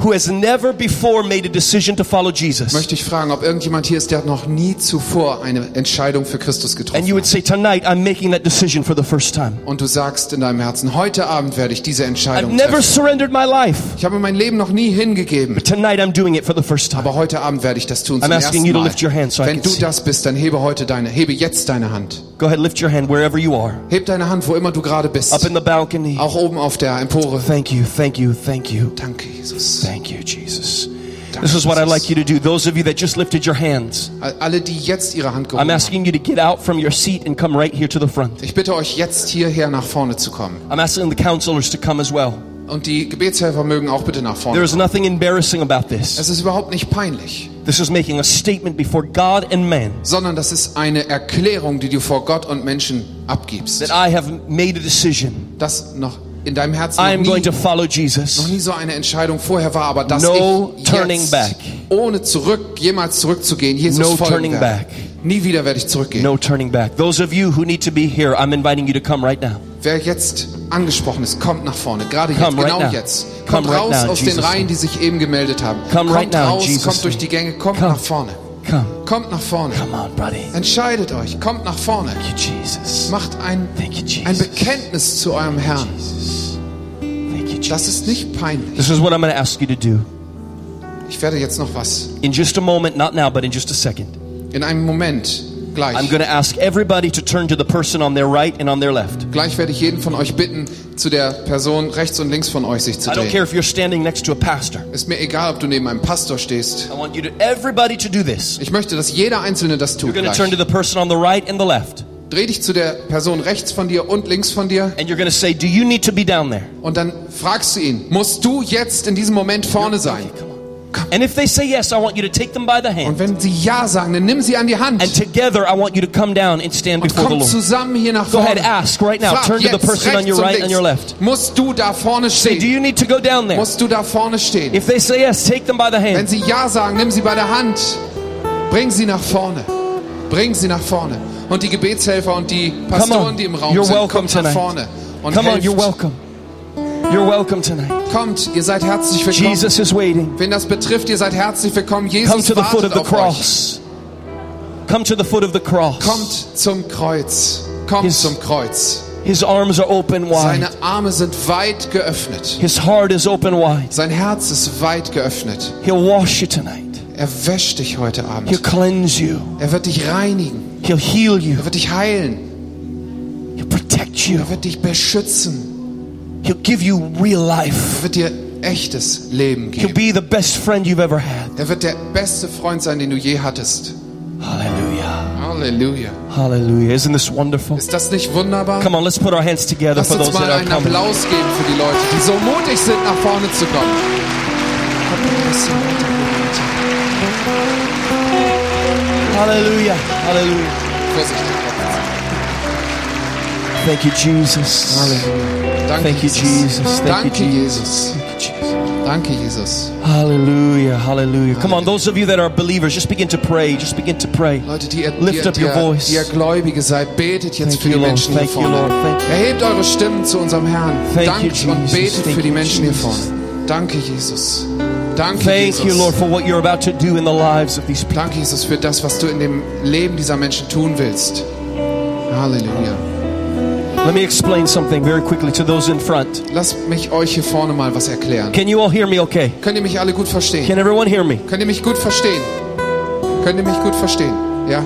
who has never before made a decision to follow Jesus.
möchte ich fragen, ob irgendjemand hier ist, der noch nie zuvor eine Entscheidung für Christus
And
getroffen
you would say, Tonight, I'm making that decision for the first time.
hat. Und du sagst in deinem Herzen, heute Abend werde ich diese
I've
Entscheidung
never
treffen.
surrendered my life.
Ich habe mein Leben noch nie hingegeben.
Tonight, I'm doing it for the first time.
Aber heute Abend werde ich das tun
I'm
zum
asking
ersten
you to
Mal.
lift your hand so I
Wenn
can
du
see.
das bist, dann hebe heute deine, hebe jetzt deine Hand.
Go ahead, lift your hand wherever you are,
Heb deine Hand, wo immer du gerade
up
bist.
in the balcony.
Auch oben auf der Empore.
Thank you, thank you, thank you,
Danke, Jesus.
thank you, Jesus. This is what I'd like you to do. Those of you that just lifted your hands,
Alle, die jetzt ihre Hand
I'm
gehoben haben.
asking you to get out from your seat and come right here to the front.
Ich bitte euch jetzt hierher nach vorne zu kommen.
I'm asking the counselors to come as well.
Und die Gebetshelfer mögen auch bitte nach
There
vorne.
is nothing embarrassing about this.
Es ist überhaupt nicht peinlich,
This is making a statement before God and man
sondern das ist eine Erklärung, die du vor Gott und Menschen
that
abgibst.
I have made a decision.
Das noch in deinem Herzen
I am
noch
going
nie,
to follow
noch
Jesus.
nie so eine Entscheidung vorher war, aber dass
No
ich
turning
jetzt,
back.
ohne zurück, jemals zurückzugehen, Jesus
No
folgen
turning
werde.
back.
Nie wieder werde ich zurückgehen.
No turning back. Those of you who need to be here, I'm inviting you to come right now.
Wer jetzt angesprochen ist, kommt nach vorne. Gerade jetzt,
Come right
genau
now.
jetzt.
Come
Kommt
right
raus
now in
aus den
Jesus'
Reihen, die sich eben gemeldet haben.
Come
kommt
right now in
raus,
Jesus'
kommt durch
name.
die Gänge, kommt
Come.
nach vorne.
Come.
Kommt nach vorne.
Come on, buddy.
Entscheidet euch, kommt nach vorne.
Thank you, Jesus.
Macht ein,
Thank you,
ein
Jesus.
Bekenntnis zu eurem Herrn.
Jesus. Thank you,
Das
Jesus.
ist nicht peinlich.
This is what I'm going to ask you to do.
Ich werde jetzt noch was.
In just a moment, not now, but in just a second,
In einem Moment,
I'm
gleich.
going to ask everybody to turn to the person on their right and on their left.
Gleich werde ich jeden von euch bitten, zu der Person rechts und links von euch sich zu
I don't
drehen.
care if you're standing next to a pastor.
Ist mir egal, ob du neben einem Pastor stehst.
I want you to, everybody to do this.
Ich möchte, dass jeder Einzelne das tut.
You're going to
Gleich.
turn to the person on the right and the left.
Dreh dich zu der Person rechts von dir und links von dir
And you're going to say, Do you need to be down there?
und dann fragst du ihn, musst du jetzt in diesem Moment vorne sein?
And if they say yes, I want you to take them by the
Und
hand.
wenn sie Ja sagen, dann nimm sie an die Hand
And together, I want you to come down and stand
und
before the
kommt
Lord.
zusammen hier nach
Go ahead,
vorne.
ask right now.
Frag
Turn to the
jetzt
person on
rechts
your
und
right and your
links.
left.
Musst du da vorne
Say, Do
stehen?
you need to go down there?
Musst du da vorne stehen?
If they say yes, take them by the
Wenn
hand.
sie Ja sagen, nimm sie bei der Hand. Bring sie nach vorne. Bring sie nach vorne. Und die Gebetshelfer und die Pastoren, die im Raum
you're
sind,
welcome
kommt nach
tonight.
vorne. Und
Come on,
helft.
you're welcome. You're welcome tonight.
Kommt, ihr seid herzlich willkommen.
Jesus is waiting.
Wen das betrifft, ihr seid herzlich willkommen.
Come
Jesus
to the
wartet
foot of the
auf euch.
cross. Come to the foot of the cross.
Kommt zum Kreuz. Kommt
Yes.
zum Kreuz.
His arms are open wide.
Seine Arme sind weit geöffnet.
His heart is open wide.
Sein Herz ist weit geöffnet.
He'll wash you tonight.
Er wäscht dich heute
He'll
Abend.
cleanse you.
Er wird dich reinigen.
He'll heal you.
Er wird dich heilen.
He'll protect you.
Er wird dich beschützen.
He'll give you real life.
Er wird dir echtes Leben
He'll
geben.
be the best friend you've ever had.
Er wird der beste Freund sein, den du je hattest.
Hallelujah.
Halleluja.
Hallelujah. Isn't this wonderful?
Ist das nicht wunderbar?
Come on, let's put our hands together
Lass
for
uns
those
mal
that are
einen
coming.
Applaus geben für die Leute, die so mutig sind, nach vorne zu kommen. Kommt ein bisschen weiter, bitte.
Hallelujah. Hallelujah.
Vorsichtig.
Thank you, Jesus.
Danke,
Thank you, Jesus. Thank
Danke,
you,
Jesus.
Jesus.
Danke, Jesus.
Hallelujah. Hallelujah. Come on, those of you that are believers, just begin to pray. Just begin to pray.
Leute, die ihr, die,
Lift
ihr-
up
die,
your
ihr-
voice.
die ihr Gläubige seid, betet jetzt
Thank
für
you,
die
Lord.
Menschen
Thank you,
hier vorne.
Lord. Thank you.
Erhebt eure Stimmen zu unserem Herrn.
Thank you,
Dankt und
Jesus.
betet
Thank
für die
you,
Menschen hier
Jesus.
vorne. Danke, Jesus. Danke,
Thank
Jesus.
you, Lord, for what you're about to do in the lives of these people.
Danke, Jesus, für das, was du in dem Leben dieser Menschen tun willst. Halleluja.
Let me explain something very quickly to those in front.
Lasst mich euch hier vorne mal was erklären.
Can you all hear me okay?
Könnt ihr mich alle gut verstehen?
Can everyone hear me?
Könnt ihr mich gut verstehen? Könnt ihr mich gut verstehen? Ja?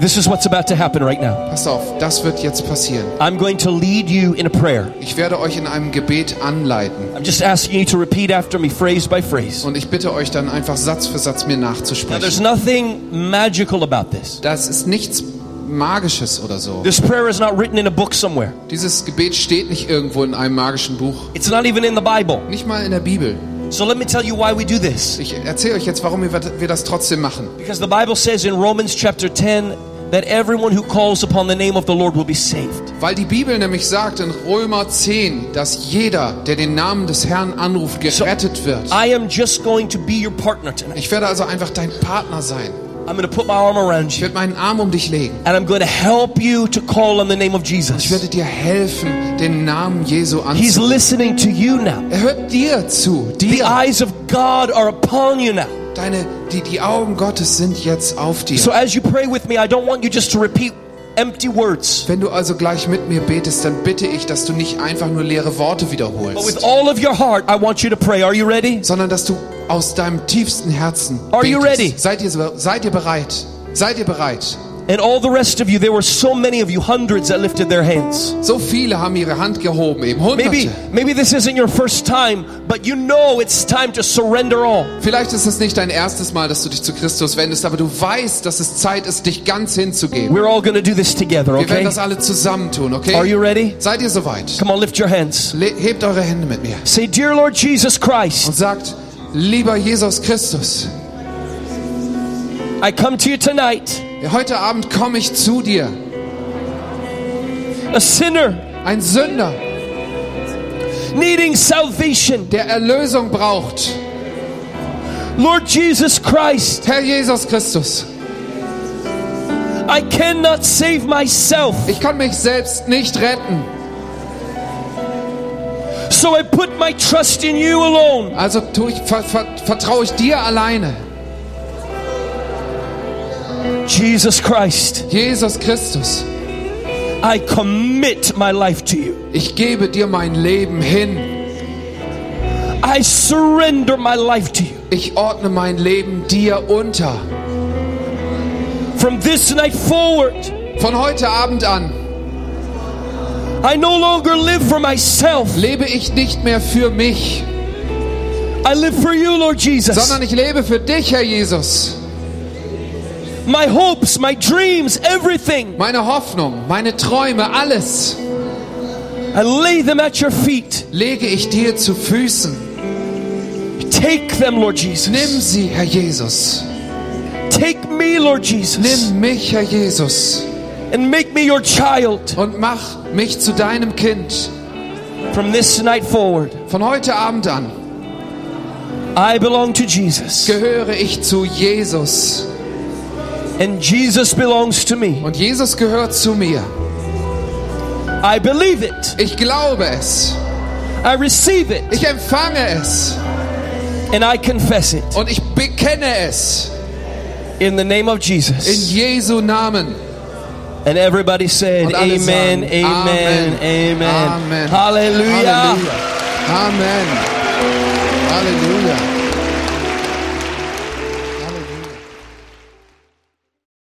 This is what's about to happen right now.
Passt auf, das wird jetzt passieren.
I'm going to lead you in a prayer.
Ich werde euch in einem Gebet anleiten
I'm just asking you to repeat after me, phrase by phrase.
und ich bitte euch dann einfach Satz für Satz mir
Now, there's
nachzusprechen.
nothing magical about this.
Das ist nichts Magisches oder so.
This prayer is not written in a book somewhere,
Dieses Gebet steht nicht irgendwo in einem magischen Buch.
it's not even in the Bible.
Nicht mal in der Bibel.
So, let me tell you why we do this.
Ich erzähle euch jetzt, warum wir wir das trotzdem machen.
Because the Bible says in Romans chapter 10 that everyone who calls upon the name of the Lord will be saved.
Weil die Bibel nämlich sagt in Römer 10, dass jeder, der den Namen des Herrn anruft, gerettet wird.
I am just going to be your partner tonight.
Ich werde also einfach dein Partner sein.
I'm going to put my arm around
Ich
you
werde meinen Arm um dich legen.
and I'm going to help you to call on the name of
Ich
Jesus.
werde dir helfen, den Namen Jesu
He's
anzurufen.
listening to you now.
Er hört dir zu.
The
Dir.
eyes of God are upon you now.
Deine, die, die Augen Gottes sind jetzt auf dir.
So as you pray with me, I don't want you just to repeat empty words,
Wenn du also gleich mit mir betest, dann bitte ich, dass du nicht einfach nur leere Worte
but with
wiederholst,
all of your heart, I want you to pray. Are you ready?
sondern dass du aus deinem tiefsten Herzen
Are you
betest.
ready?
Seid ihr, so- seid ihr bereit? Seid ihr bereit?
And all the rest of you, there were so many of you, hundreds that lifted their hands.
So viele haben ihre Hand gehoben, eben Hunderte.
Maybe, maybe this isn't your first time, but you know it's time to surrender all.
Vielleicht ist es nicht dein erstes Mal, dass du dich zu Christus wendest, aber du weißt, dass es Zeit ist, dich ganz hinzugeben.
We're all going to do this together,
Wir werden
okay?
das alle zusammentun,
Are you
okay?
ready?
Seid ihr soweit?
Come on, lift your hands.
Le hebt eure Hände mit mir
Say, Dear Lord Jesus Christ,
und sagt, lieber Jesus Christus,
I come to you tonight,
heute Abend komme ich zu dir,
a sinner
ein Sünder,
needing salvation.
der Erlösung braucht.
Lord Jesus Christ,
Herr Jesus Christus,
I cannot save myself.
ich kann mich selbst nicht retten,
So I put my trust in you alone.
also tu ich, ver ver vertraue ich dir alleine.
Jesus Christ,
Jesus Christus,
I commit my life to you.
ich gebe dir mein Leben hin.
I surrender my life to you.
Ich ordne mein Leben dir unter.
From this night forward,
Von heute Abend an
I no longer live for myself.
lebe ich nicht mehr für mich,
I live for you, Lord Jesus.
sondern ich lebe für dich, Herr Jesus.
My hopes, my dreams, everything,
Meine Hoffnung, meine Träume, alles
I lay them at your feet.
lege ich dir zu Füßen.
Take them, Lord
Nimm
Jesus.
sie, Herr Jesus.
Take me, Lord Jesus,
Nimm mich, Herr Jesus,
and make me your child.
und mach mich zu deinem Kind.
From this night forward,
Von heute Abend an
I belong to Jesus,
gehöre ich zu Jesus
and Jesus belongs to me.
und Jesus gehört zu mir.
I believe it.
Ich glaube es,
I receive it
ich empfange es
and I confess it
und ich bekenne es
in the name of
in
Jesus.
Jesu Namen.
And everybody said,
Und alle
Amen,
sagen,
Amen, Amen.
Amen.
Halleluja.
Halleluja. Amen. Halleluja.